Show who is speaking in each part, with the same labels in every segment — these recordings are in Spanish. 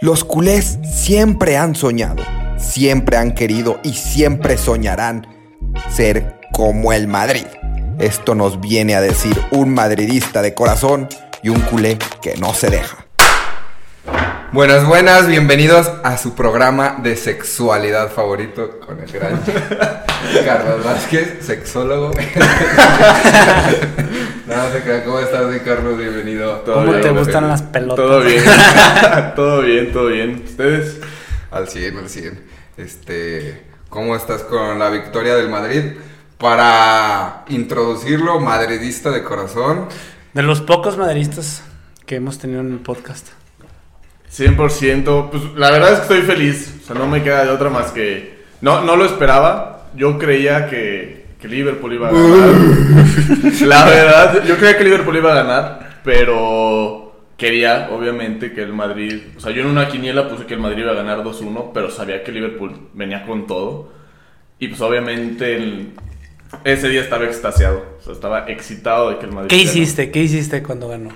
Speaker 1: Los culés siempre han soñado, siempre han querido y siempre soñarán ser como el Madrid. Esto nos viene a decir un madridista de corazón y un culé que no se deja. Buenas, buenas, bienvenidos a su programa de sexualidad favorito con el gran Carlos Vázquez, sexólogo. no, se crea, ¿cómo estás, mi Carlos? Bienvenido.
Speaker 2: ¿Todo ¿Cómo te gustan las pelotas?
Speaker 3: Todo bien, todo bien, todo bien. ¿Ustedes?
Speaker 1: Al 100, al 100. Este, ¿cómo estás con la victoria del Madrid? Para introducirlo, madridista de corazón.
Speaker 2: De los pocos maderistas que hemos tenido en el podcast.
Speaker 3: 100%. Pues la verdad es que estoy feliz. O sea, no me queda de otra más que. No, no lo esperaba. Yo creía que, que Liverpool iba a ganar. la verdad, yo creía que Liverpool iba a ganar. Pero quería, obviamente, que el Madrid. O sea, yo en una quiniela puse que el Madrid iba a ganar 2-1. Pero sabía que Liverpool venía con todo. Y pues, obviamente, el- ese día estaba extasiado. O sea, estaba excitado de que el Madrid.
Speaker 2: ¿Qué
Speaker 3: ganó.
Speaker 2: hiciste? ¿Qué hiciste cuando ganó?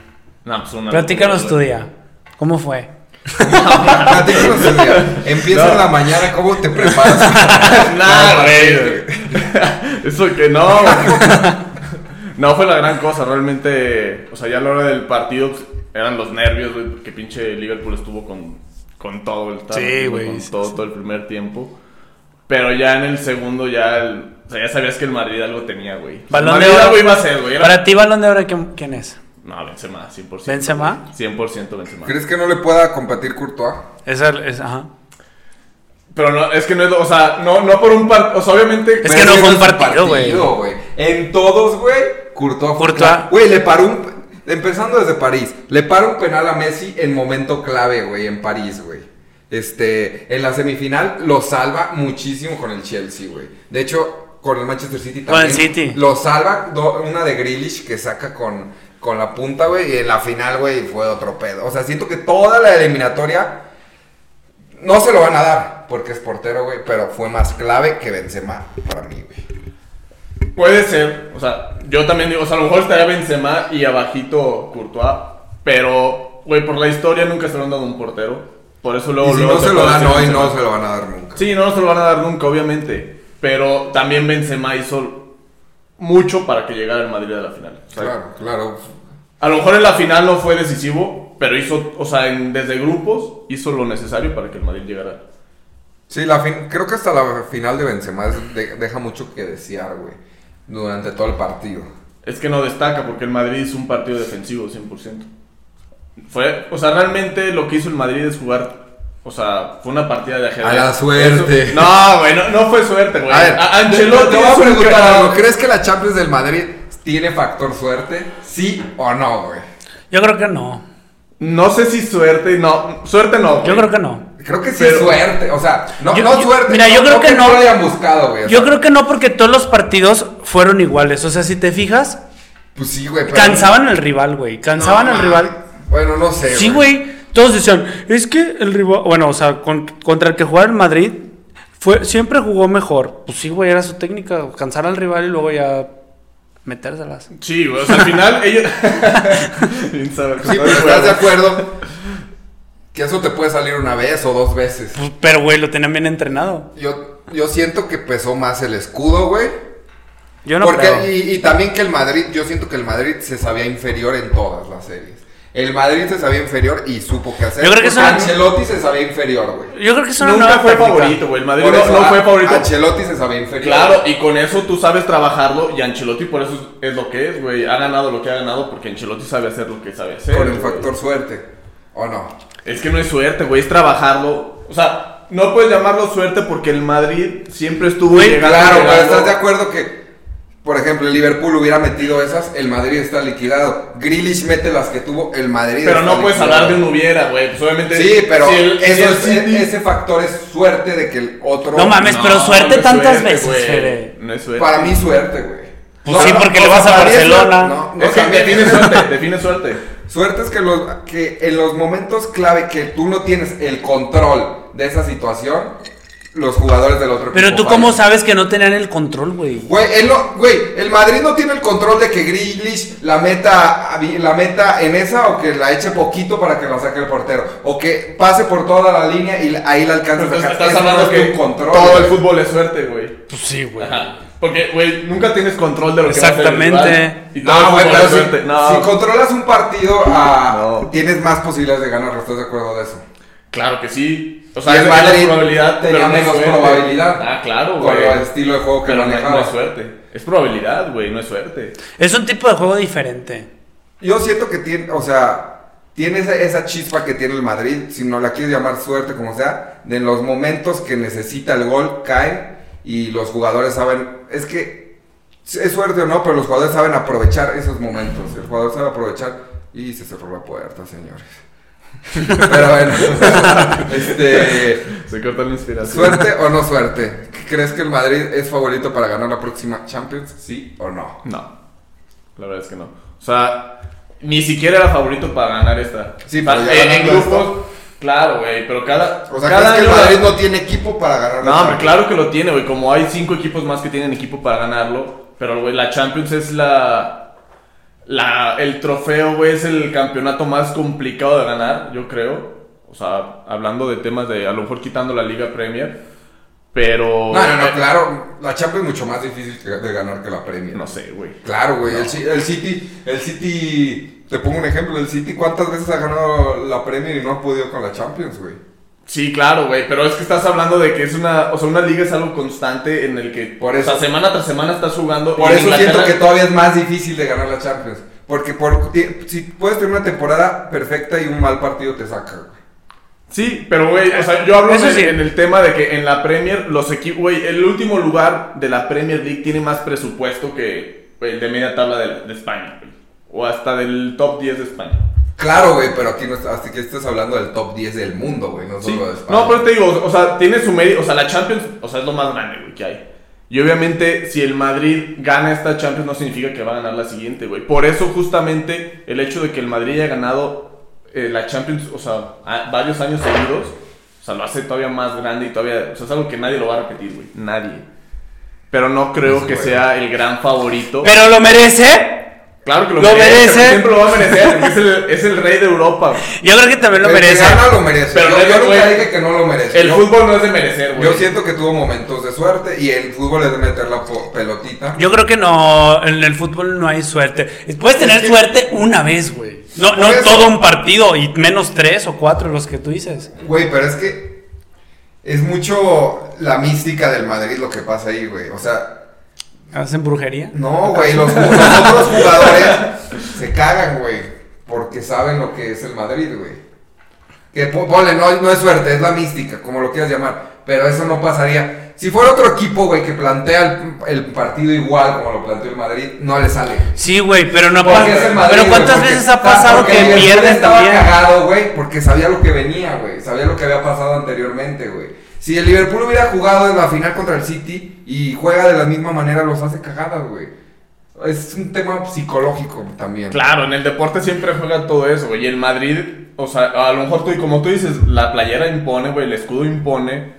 Speaker 3: No, pues una.
Speaker 2: Platícanos
Speaker 3: locura,
Speaker 2: tu
Speaker 3: güey.
Speaker 2: día. ¿Cómo fue?
Speaker 1: Platícanos el día. Empieza
Speaker 3: No.
Speaker 1: en la mañana, ¿cómo te preparas?
Speaker 3: Nah,
Speaker 1: Para el partido.
Speaker 3: güey. Eso que no. No fue la gran cosa, realmente. O sea, ya a la hora del partido pues, eran los nervios, güey, porque pinche Liverpool estuvo con, con todo el estaba
Speaker 2: Sí,
Speaker 3: metiendo
Speaker 2: güey,
Speaker 3: Con
Speaker 2: sí,
Speaker 3: todo,
Speaker 2: sí.
Speaker 3: todo el primer tiempo. Pero ya en el segundo, ya. el- o sea, ya sabías que el Madrid algo tenía, güey. O sea, el
Speaker 2: Balón de
Speaker 3: Madrid
Speaker 2: oro.
Speaker 3: algo iba a ser, güey. Era-
Speaker 2: Para ti, balón de oro, ¿quién, quién es?
Speaker 3: No, Benzema, 100%.
Speaker 2: ¿Benzema?
Speaker 3: güey. 100% Benzema.
Speaker 1: ¿Crees que no le pueda competir Courtois?
Speaker 2: Esa es, ajá.
Speaker 3: Pero no, es que no es. lo- O sea, no, no por un partido. O sea, obviamente.
Speaker 2: Es que no fue un partido,
Speaker 1: En todos, güey, Courtois. fue
Speaker 2: Courtois.
Speaker 1: clave. Güey, le paró un... Empezando desde París, le paró un penal a Messi en momento clave, güey, en París, güey. Este, en la semifinal lo salva muchísimo con el Chelsea, güey. De hecho, con el Manchester City también.
Speaker 2: Con el City.
Speaker 1: Lo salva do- una de Grealish que saca con, con la punta, güey, y en la final, güey, fue otro pedo. O sea, siento que toda la eliminatoria no se lo van a dar, porque es portero, güey, pero fue más clave que Benzema para mí, güey.
Speaker 3: Puede ser, o sea, yo también digo, o sea, a lo mejor estaría Benzema y abajito Courtois, pero, güey, por la historia nunca se lo han dado a un portero, por eso luego...
Speaker 1: Y si
Speaker 3: luego
Speaker 1: no
Speaker 3: te
Speaker 1: se lo
Speaker 3: acuerdas
Speaker 1: dan
Speaker 3: de
Speaker 1: hoy,
Speaker 3: Benzema.
Speaker 1: no se lo van a dar nunca.
Speaker 3: Sí, no, no se lo van a dar nunca, obviamente, pero también Benzema hizo mucho para que llegara el Madrid a la final. O sea,
Speaker 1: Claro, claro.
Speaker 3: A lo mejor en la final no fue decisivo, pero hizo, o sea, en- desde grupos hizo lo necesario para que el Madrid llegara.
Speaker 1: Sí, la fin- creo que hasta la final de Benzema es- de- deja mucho que desear, güey, durante todo el partido.
Speaker 3: Es que no destaca porque el Madrid hizo un partido defensivo 100%. Fue, o sea, realmente lo que hizo el Madrid es jugar, o sea, fue una partida de ajedrez.
Speaker 1: A la suerte.
Speaker 3: Eso- no, güey, no, no fue suerte, güey.
Speaker 1: A ver,
Speaker 3: A- Ancelotti
Speaker 1: te voy a
Speaker 3: es un
Speaker 1: preguntar
Speaker 3: crack.
Speaker 1: algo. ¿Crees que la Champions del Madrid tiene factor suerte? ¿Sí o no, güey?
Speaker 2: Yo creo que no.
Speaker 3: No sé si suerte, no, suerte no. güey.
Speaker 2: Yo creo que no.
Speaker 1: Creo que sí
Speaker 3: Pero-
Speaker 1: suerte, o sea, no,
Speaker 2: Yo-
Speaker 1: no
Speaker 2: yo-
Speaker 1: suerte.
Speaker 2: mira, yo creo que no.
Speaker 1: lo hayan buscado, güey. o
Speaker 2: Yo
Speaker 1: sea,
Speaker 2: creo que no porque todos los partidos fueron iguales. O sea, si te fijas,
Speaker 1: Pues sí, güey. pero-
Speaker 2: cansaban al rival, güey. Cansaban
Speaker 1: No,
Speaker 2: al
Speaker 1: ma-
Speaker 2: rival.
Speaker 1: Bueno, no sé.
Speaker 2: Sí, güey. Todos decían, es que el rival, bueno, o sea, con- contra el que jugaba el Madrid, fue, siempre jugó mejor. Pues sí, güey, era su técnica, cansar al rival y luego ya metérselas.
Speaker 3: Sí, güey, o sea, al final ellos... Sin saber,
Speaker 1: Sí, pero estás de acuerdo que eso te puede salir una vez o dos veces.
Speaker 2: Pues, pero, güey, lo tenían bien entrenado.
Speaker 1: Yo, yo siento que pesó más el escudo, güey.
Speaker 2: Yo no
Speaker 1: porque,
Speaker 2: creo.
Speaker 1: y, y también que el Madrid, yo siento que el Madrid se sabía inferior en todas las series. El Madrid se sabía inferior y supo qué hacer.
Speaker 2: Yo creo que
Speaker 1: Porque
Speaker 2: eso-
Speaker 1: Ancelotti se sabía inferior, güey.
Speaker 2: Yo creo que es una
Speaker 3: Nunca
Speaker 2: nueva
Speaker 3: fue
Speaker 2: táctica.
Speaker 3: favorito, güey. El Madrid
Speaker 1: Por
Speaker 3: no,
Speaker 1: eso, ah,
Speaker 3: no fue
Speaker 1: a-
Speaker 3: favorito.
Speaker 1: Ancelotti se sabía inferior.
Speaker 3: Claro, y con eso tú sabes trabajarlo y Ancelotti por eso es lo que es, güey. Ha ganado lo que ha ganado porque Ancelotti sabe hacer lo que sabe hacer.
Speaker 1: Con el
Speaker 3: güey.
Speaker 1: factor suerte. ¿O no?
Speaker 3: Es que no es suerte, güey, es trabajarlo. O sea, no puedes llamarlo suerte porque el Madrid siempre estuvo
Speaker 2: Güey,
Speaker 3: llegando.
Speaker 1: Claro, pero
Speaker 3: llegando.
Speaker 1: estás de acuerdo que, por ejemplo, el Liverpool hubiera metido esas, el Madrid está liquidado. Grealish mete las que tuvo, el Madrid.
Speaker 3: Pero
Speaker 1: está
Speaker 3: no puedes
Speaker 1: liquidado.
Speaker 3: hablar de un hubiera, güey. Pues obviamente.
Speaker 1: Sí, pero
Speaker 3: si el- si
Speaker 1: eso
Speaker 3: el
Speaker 1: es-
Speaker 3: City-
Speaker 1: ese factor es suerte de que el otro.
Speaker 2: No mames, pero suerte
Speaker 3: es
Speaker 2: tantas
Speaker 3: suerte,
Speaker 2: veces,
Speaker 3: güey.
Speaker 2: Fede.
Speaker 3: No es suerte.
Speaker 1: Para mí, suerte, güey.
Speaker 2: Pues sí, porque le vas a
Speaker 1: para mí es
Speaker 2: Barcelona.
Speaker 1: suerte. No, no,
Speaker 3: es que
Speaker 1: también-
Speaker 3: define suerte, define suerte.
Speaker 1: Suerte es que, los, que en los momentos clave que tú no tienes el control de esa situación, los jugadores del otro
Speaker 2: Pero
Speaker 1: equipo
Speaker 2: tú cómo
Speaker 1: fallan.
Speaker 2: sabes que no tenían el control, güey.
Speaker 1: Güey, él no- güey, el Madrid no tiene el control de que Grealish la meta, la meta en esa o que la eche poquito para que la saque el portero. O que pase por toda la línea y la- ahí la alcanza a
Speaker 3: Entonces
Speaker 1: sacar.
Speaker 3: estás
Speaker 1: Eso no
Speaker 3: hablando
Speaker 1: es
Speaker 3: que
Speaker 1: tu control.
Speaker 3: todo el
Speaker 1: güey.
Speaker 3: fútbol es suerte, güey.
Speaker 2: Pues sí, güey.
Speaker 3: Ajá. Porque, güey, nunca tienes control de lo que va a hacer el
Speaker 2: Exactamente.
Speaker 3: rival. Y todo
Speaker 1: No, Ah, güey,
Speaker 3: es
Speaker 1: pero si,
Speaker 3: suerte. No,
Speaker 1: si controlas un partido, ah,
Speaker 3: No.
Speaker 1: tienes más posibilidades de ganar. ¿Estás de acuerdo de eso?
Speaker 3: claro que sí. O
Speaker 1: Y
Speaker 3: sea,
Speaker 1: el
Speaker 3: es menos
Speaker 1: Madrid
Speaker 3: probabilidad,
Speaker 1: tenía
Speaker 3: pero no es
Speaker 1: menos
Speaker 3: suerte.
Speaker 1: probabilidad.
Speaker 3: Ah, claro,
Speaker 1: Por
Speaker 3: güey.
Speaker 1: el estilo de juego que
Speaker 3: Pero no,
Speaker 1: manejaba.
Speaker 3: no es suerte. Es probabilidad, güey, no es suerte.
Speaker 2: Es un tipo de juego diferente.
Speaker 1: Yo siento que tiene, o sea, tiene esa, esa chispa que tiene el Madrid, si no la quieres llamar suerte, como sea, de los momentos que necesita el gol, caen y los jugadores saben, es que es suerte o no, pero los jugadores saben aprovechar esos momentos. El jugador sabe aprovechar y se cerró la puerta, señores. Pero bueno, este,
Speaker 3: Se corta la inspiración.
Speaker 1: suerte o no suerte. ¿Crees que el Madrid es favorito para ganar la próxima Champions? ¿Sí o no?
Speaker 3: No. La verdad es que no. O sea, ni siquiera era favorito para ganar esta.
Speaker 1: Sí,
Speaker 3: Pa-
Speaker 1: pero ya
Speaker 3: en, en
Speaker 1: ganando
Speaker 3: grupos. Claro, güey, pero cada.
Speaker 1: O sea,
Speaker 3: cada
Speaker 1: ¿crees que el
Speaker 3: año la-
Speaker 1: Madrid no tiene equipo para ganar la
Speaker 3: No, hombre,
Speaker 1: Champions?
Speaker 3: claro que lo tiene, güey. Como hay cinco equipos más que tienen equipo para ganarlo. Pero, güey, la Champions es la. la el trofeo, güey, es el campeonato más complicado de ganar, yo creo. O sea, hablando de temas de a lo mejor quitando la Liga Premier. Pero.
Speaker 1: No, no, no,
Speaker 3: eh,
Speaker 1: claro. La Champions es mucho más difícil que- de ganar que la Premier.
Speaker 3: No sé, güey.
Speaker 1: Claro, güey. El, Ci- el City, el City, te pongo un ejemplo. El City, ¿cuántas veces ha ganado la Premier y no ha podido con la Champions, güey?
Speaker 3: Sí, claro, güey, pero es que estás hablando de que es una, o sea, una liga es algo constante en el que
Speaker 1: Por eso.
Speaker 3: o sea, semana tras semana estás jugando.
Speaker 1: Por
Speaker 3: y
Speaker 1: eso
Speaker 3: Inglaterra-
Speaker 1: siento que todavía es más difícil de ganar la Champions. Porque por, ti- si puedes tener una temporada perfecta y un mal partido te saca, güey.
Speaker 3: Sí, pero güey, o sea, yo hablo
Speaker 2: Eso
Speaker 3: en,
Speaker 2: sí.
Speaker 3: en el tema de que en la Premier los equipos, güey, el último lugar de la Premier League tiene más presupuesto que güey, el de media tabla de, de España, güey, o hasta del top 10 de España.
Speaker 1: Claro, güey, pero aquí no estás, así que estás hablando del top 10 del mundo, güey, no
Speaker 3: Sí.
Speaker 1: solo de España.
Speaker 3: No, pero te digo, o sea, tiene su medio, o sea, la Champions, o sea, es lo más grande, güey, que hay. Y obviamente, si el Madrid gana esta Champions, no significa que va a ganar la siguiente, güey. Por eso, justamente, el hecho de que el Madrid haya ganado eh, la Champions, o sea, a- varios años seguidos, o sea, lo hace todavía más grande y todavía, o sea, es algo que nadie lo va a repetir, güey. Nadie. Pero no creo
Speaker 1: Sí,
Speaker 3: que
Speaker 1: güey.
Speaker 3: sea el gran favorito.
Speaker 2: Pero lo merece.
Speaker 3: claro que lo,
Speaker 2: ¿Lo merece?
Speaker 3: Siempre lo va a merecer. porque Es el, es el rey de Europa. güey.
Speaker 2: Yo creo que también lo
Speaker 1: El que
Speaker 2: merece.
Speaker 1: gana lo merece.
Speaker 3: Pero
Speaker 1: yo,
Speaker 3: no,
Speaker 1: yo nunca
Speaker 3: güey.
Speaker 1: dije que no lo merece.
Speaker 3: El
Speaker 1: Yo-
Speaker 3: fútbol no es de merecer, güey.
Speaker 1: Yo siento que tuvo momentos de suerte y el fútbol es de meter la po- pelotita.
Speaker 2: Yo creo que no, en el fútbol no hay suerte. Puedes tener suerte una vez, güey. No, no
Speaker 1: Por eso-
Speaker 2: todo un partido y menos tres o cuatro los que tú dices.
Speaker 1: Güey, pero es que es mucho la mística del Madrid lo que pasa ahí, güey. O sea,
Speaker 2: ¿Hacen brujería?
Speaker 1: no, güey, los, ju- los otros jugadores se cagan, güey, porque saben lo que es el Madrid, güey. Que po- ponle, no, no es suerte, es la mística, como lo quieras llamar, pero eso no pasaría. Si fuera otro equipo, güey, que plantea el, el partido igual como lo planteó el Madrid, no le sale.
Speaker 2: Sí, güey, pero no ha
Speaker 1: Porque es
Speaker 2: pasado.
Speaker 1: el Madrid,
Speaker 2: Pero
Speaker 1: güey,
Speaker 2: ¿cuántas
Speaker 1: porque-
Speaker 2: veces ha
Speaker 1: está-
Speaker 2: pasado
Speaker 1: porque
Speaker 2: que
Speaker 1: Liverpool
Speaker 2: pierden
Speaker 1: estaba
Speaker 2: también?
Speaker 1: cagado, güey, porque sabía lo que venía, güey. Sabía lo que había pasado anteriormente, güey. Si el Liverpool hubiera jugado en la final contra el City y juega de la misma manera, los hace cagadas, güey. Es un tema psicológico también.
Speaker 3: Claro, en el deporte siempre juega todo eso, güey. Y el Madrid, o sea, a lo mejor tú, y como tú dices, la playera impone, güey, el escudo impone.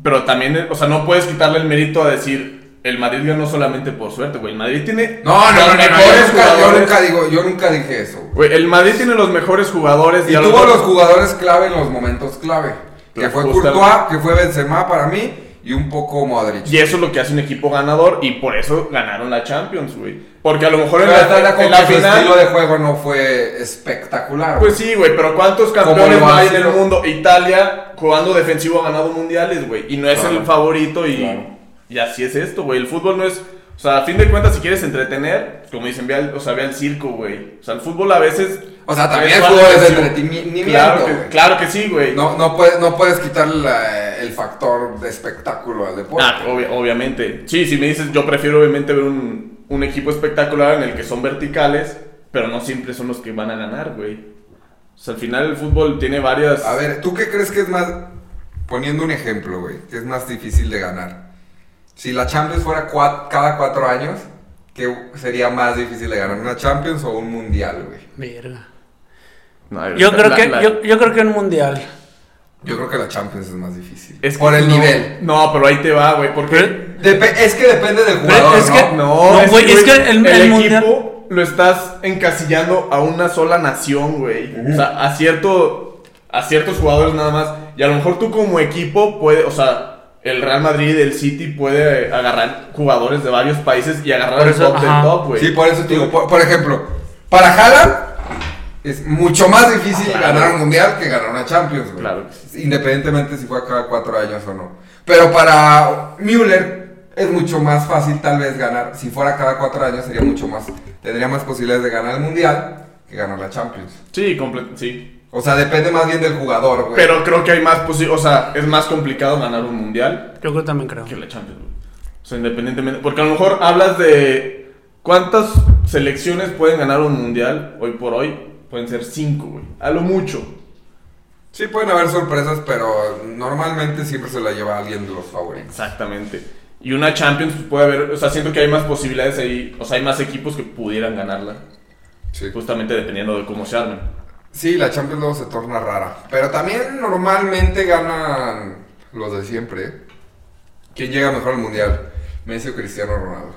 Speaker 3: Pero también, o sea, no puedes quitarle el mérito a decir, el Madrid ganó solamente por suerte, güey. El Madrid tiene.
Speaker 1: No, no,
Speaker 3: los
Speaker 1: no, no, yo,
Speaker 3: mejores
Speaker 1: nunca, yo
Speaker 3: jugadores.
Speaker 1: nunca digo, yo nunca dije eso, güey.
Speaker 3: Güey, el Madrid tiene los mejores jugadores.
Speaker 1: Y
Speaker 3: a lo
Speaker 1: tuvo
Speaker 3: mejor-
Speaker 1: los jugadores clave en los momentos clave. Que
Speaker 3: Claro,
Speaker 1: fue
Speaker 3: justamente.
Speaker 1: Courtois, que fue Benzema para mí y un poco Modric.
Speaker 3: Y eso es lo que hace un equipo ganador. Y por eso ganaron la Champions, güey. Porque a lo mejor en
Speaker 1: Pero hasta
Speaker 3: la,
Speaker 1: la,
Speaker 3: en la
Speaker 1: final,
Speaker 3: final.
Speaker 1: estilo de juego no fue espectacular. güey.
Speaker 3: Pues sí, güey, pero ¿cuántos
Speaker 1: Como
Speaker 3: campeones
Speaker 1: lo
Speaker 3: hay
Speaker 1: hace,
Speaker 3: en el
Speaker 1: ¿no?
Speaker 3: mundo? Italia, jugando defensivo, ha ganado mundiales, güey. Y no es
Speaker 1: Claro.
Speaker 3: el favorito y,
Speaker 1: Claro.
Speaker 3: y así es esto, güey. El fútbol no es... O sea, a fin de cuentas, si quieres entretener, como dicen, ve al, o sea, ve al circo, güey. O sea, el fútbol a veces...
Speaker 1: O sea, también
Speaker 3: es
Speaker 1: el fútbol es
Speaker 3: defensivo.
Speaker 1: entretenimiento,
Speaker 3: Claro que,
Speaker 1: güey.
Speaker 3: claro que sí, güey.
Speaker 1: No, no, puedes, no puedes quitar la- el factor de espectáculo al deporte.
Speaker 3: Ah, obvia- obviamente. Sí, si me dices, yo prefiero obviamente ver un, un equipo espectacular en el que son verticales, pero no siempre son los que van a ganar, güey. O sea, al final el fútbol tiene varias...
Speaker 1: A ver, ¿tú qué crees que es más, poniendo un ejemplo, güey, que es más difícil de ganar? Si la Champions fuera cua- cada cuatro años, ¿qué sería más difícil de ganar? ¿Una Champions o un Mundial, güey?
Speaker 2: Verga.
Speaker 3: No, a ver,
Speaker 2: Yo
Speaker 3: la-
Speaker 2: creo que,
Speaker 3: la-
Speaker 2: yo, yo creo que un mundial.
Speaker 1: Yo creo que la Champions es más difícil.
Speaker 3: Es que
Speaker 1: Por el
Speaker 3: no-
Speaker 1: nivel.
Speaker 3: No, pero ahí te va, güey. Porque.
Speaker 2: Pero-
Speaker 1: Depe- es que depende del
Speaker 2: Pero
Speaker 1: jugador,
Speaker 2: es
Speaker 1: ¿no?
Speaker 2: que-
Speaker 3: No,
Speaker 2: No, güey, es que el- el
Speaker 3: equipo
Speaker 2: mundial-
Speaker 3: lo estás encasillando a una sola nación, güey. O sea, a cierto. A ciertos jugadores nada más. Y a lo mejor tú como equipo puede, o sea, el Real Madrid, el City puede agarrar jugadores de varios países y agarrar
Speaker 2: Por
Speaker 3: el
Speaker 2: eso,
Speaker 3: top del
Speaker 2: ajá.
Speaker 3: top, güey.
Speaker 1: Sí, por eso te digo, por, por ejemplo, para Haaland es mucho más difícil
Speaker 3: Claro.
Speaker 1: ganar un mundial que ganar una Champions, güey.
Speaker 3: Claro que
Speaker 1: Independientemente si juega cada cuatro años o no. Pero para Müller es mucho más fácil tal vez ganar. Si fuera cada cuatro años sería mucho más, tendría más posibilidades de ganar el mundial que ganar la Champions.
Speaker 3: Sí, comple- sí.
Speaker 1: O sea, depende más bien del jugador, güey.
Speaker 3: Pero creo que hay más posi- o sea, es más complicado ganar un mundial
Speaker 2: Yo creo también creo.
Speaker 3: que la Champions. güey. O sea, independientemente, porque a lo mejor hablas de cuántas selecciones pueden ganar un mundial hoy por hoy, pueden ser cinco, güey, a lo mucho.
Speaker 1: Sí pueden haber sorpresas, pero normalmente siempre se la lleva alguien de los favoritos.
Speaker 3: Exactamente. Y una Champions pues, puede haber, o sea, siento que hay más posibilidades ahí, o sea, hay más equipos que pudieran ganarla,
Speaker 1: Sí.
Speaker 3: justamente dependiendo de cómo se armen.
Speaker 1: Sí, la Champions luego se torna rara. Pero también normalmente ganan los de siempre. ¿eh? ¿Quién llega mejor al mundial? Messi o Cristiano Ronaldo.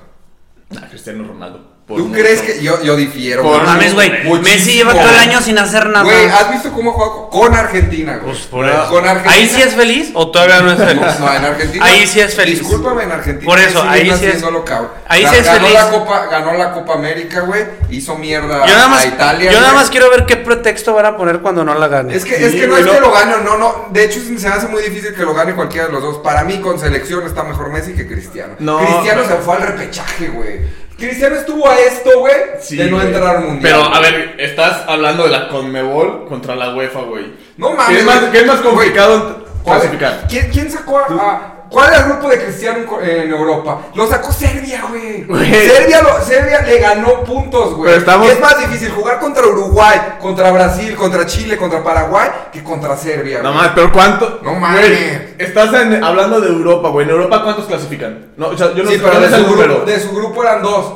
Speaker 3: Ah, Cristiano Ronaldo. por
Speaker 1: ¿Tú
Speaker 3: mucho.
Speaker 1: crees que yo, yo difiero?
Speaker 3: Por
Speaker 1: güey.
Speaker 2: No mames, güey.
Speaker 1: Muchísimo.
Speaker 2: Messi lleva todo el año sin hacer nada.
Speaker 1: Güey, ah, ¿has visto cómo ha jugado con Argentina? güey?
Speaker 2: Pues, por eso.
Speaker 1: Con Argentina.
Speaker 2: ¿Ahí sí es feliz o todavía no es feliz?
Speaker 1: No, en Argentina.
Speaker 2: Ahí sí es feliz.
Speaker 1: Discúlpame, en Argentina.
Speaker 2: Por eso, ahí
Speaker 1: viene
Speaker 2: sí es-
Speaker 1: haciéndolo, cabrón.
Speaker 2: ahí
Speaker 1: La-
Speaker 2: sí es
Speaker 1: ganó
Speaker 2: feliz.
Speaker 1: La Copa, ganó la Copa América, güey. Hizo mierda
Speaker 2: Yo nada
Speaker 1: a
Speaker 2: más,
Speaker 1: Italia.
Speaker 2: yo nada
Speaker 1: güey.
Speaker 2: más quiero ver qué pretexto van a poner cuando no la gane.
Speaker 1: Es que,
Speaker 3: Sí,
Speaker 1: es que no
Speaker 3: güey,
Speaker 1: es que
Speaker 3: no.
Speaker 1: lo gane o no, no. De hecho, se me hace muy difícil que lo gane cualquiera de los dos. Para mí, con selección está mejor Messi que Cristiano.
Speaker 3: No.
Speaker 1: Cristiano se fue al repechaje, güey. Cristiano estuvo a esto, güey,
Speaker 3: Sí,
Speaker 1: de no
Speaker 3: güey.
Speaker 1: entrar al mundial.
Speaker 3: Pero, a ver, estás hablando de la Conmebol contra la UEFA, güey.
Speaker 1: No mames,
Speaker 3: ¿Qué es más,
Speaker 1: güey.
Speaker 3: qué es más
Speaker 1: Güey,
Speaker 3: complicado
Speaker 1: ¿Cuál-
Speaker 3: clasificar?
Speaker 1: ¿Quién, quién sacó a, a- ¿Cuál era el grupo de Cristiano en co- en, Europa? Lo sacó Serbia, güey.
Speaker 3: Güey.
Speaker 1: Serbia, lo- Serbia le ganó puntos, güey.
Speaker 3: Pero estamos-
Speaker 1: ¿Qué Es más difícil jugar contra Uruguay, contra Brasil, contra Chile, contra Paraguay que contra Serbia.
Speaker 3: No
Speaker 1: güey.
Speaker 3: mames, pero ¿cuánto?
Speaker 1: No mames.
Speaker 3: Güey, estás en- hablando de Europa, güey. ¿En Europa cuántos clasifican? No, o sea, yo no
Speaker 1: sí,
Speaker 3: sé
Speaker 1: pero
Speaker 3: cuál
Speaker 1: de
Speaker 3: es el
Speaker 1: su,
Speaker 3: número.
Speaker 1: grupo, de su grupo eran dos.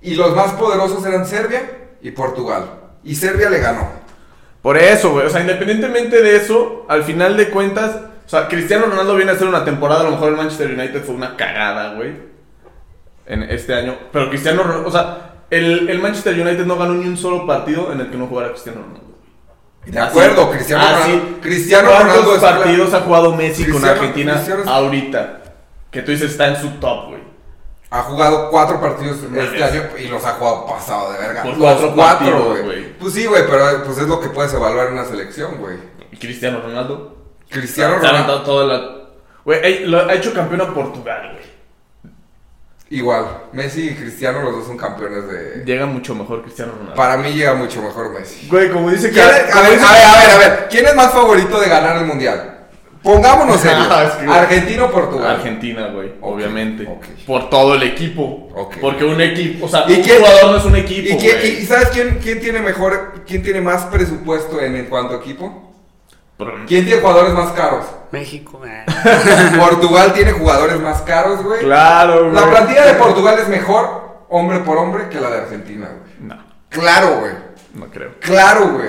Speaker 1: Y los más poderosos eran Serbia y Portugal. Y Serbia le ganó.
Speaker 3: Por eso, güey. O sea, independientemente de eso, al final de cuentas, o sea, Cristiano Ronaldo viene a hacer una temporada, a lo mejor el Manchester United fue una cagada, güey. En este año. Pero Cristiano Ronaldo, o sea, el, el Manchester United no ganó ni un solo partido en el que no jugara Cristiano Ronaldo.
Speaker 1: De
Speaker 3: Ah,
Speaker 1: acuerdo,
Speaker 3: Así-
Speaker 1: Cristiano
Speaker 3: así-
Speaker 1: Ronaldo. Cristiano
Speaker 3: ¿Cuántos
Speaker 1: Ronaldo es-
Speaker 3: partidos ha jugado Messi con
Speaker 1: Cristiano-
Speaker 3: Argentina
Speaker 1: Cristiano es-
Speaker 3: ahorita? Que tú dices está en su top, güey.
Speaker 1: Ha jugado cuatro partidos este
Speaker 3: Mames.
Speaker 1: año y los ha jugado pasado de verga.
Speaker 3: Por
Speaker 1: Los
Speaker 3: cuatro partidos, güey.
Speaker 1: Pues sí, güey, pero pues es lo que puedes evaluar en una selección, güey.
Speaker 3: Y Cristiano Ronaldo.
Speaker 1: Cristiano
Speaker 3: Se ha
Speaker 1: Ronaldo,
Speaker 3: aventado toda la. Güey, ey, lo ha hecho campeón a Portugal, güey.
Speaker 1: igual. Messi y Cristiano, los dos son campeones de.
Speaker 3: Llega mucho mejor Cristiano Ronaldo.
Speaker 1: Para mí llega mucho mejor Messi.
Speaker 3: Güey, como dice que.
Speaker 1: ¿Quién es- a,
Speaker 3: como
Speaker 1: ver,
Speaker 3: dice-
Speaker 1: a ver, a ver, a ver, ¿quién es más favorito de ganar el mundial? Pongámonos serios.
Speaker 3: Ah, es que-
Speaker 1: Argentina o Portugal.
Speaker 3: Argentina, güey, obviamente.
Speaker 1: ok.
Speaker 3: Por todo el equipo.
Speaker 1: Ok.
Speaker 3: Porque un equipo, o sea,
Speaker 1: ¿Y
Speaker 3: un
Speaker 1: quién-
Speaker 3: jugador no es un equipo.
Speaker 1: ¿Y, quién-
Speaker 3: güey.
Speaker 1: y- y sabes quién, quién tiene mejor, quién tiene más presupuesto en, en cuanto a equipo?
Speaker 3: Pero-
Speaker 1: ¿Quién tiene jugadores más caros?
Speaker 2: México. eh.
Speaker 1: Portugal tiene jugadores más caros, güey.
Speaker 3: Claro,
Speaker 1: La
Speaker 3: güey.
Speaker 1: plantilla de Portugal es mejor, hombre por hombre, que la de Argentina, güey.
Speaker 3: No,
Speaker 1: Claro, güey.
Speaker 3: no creo.
Speaker 1: Claro, güey.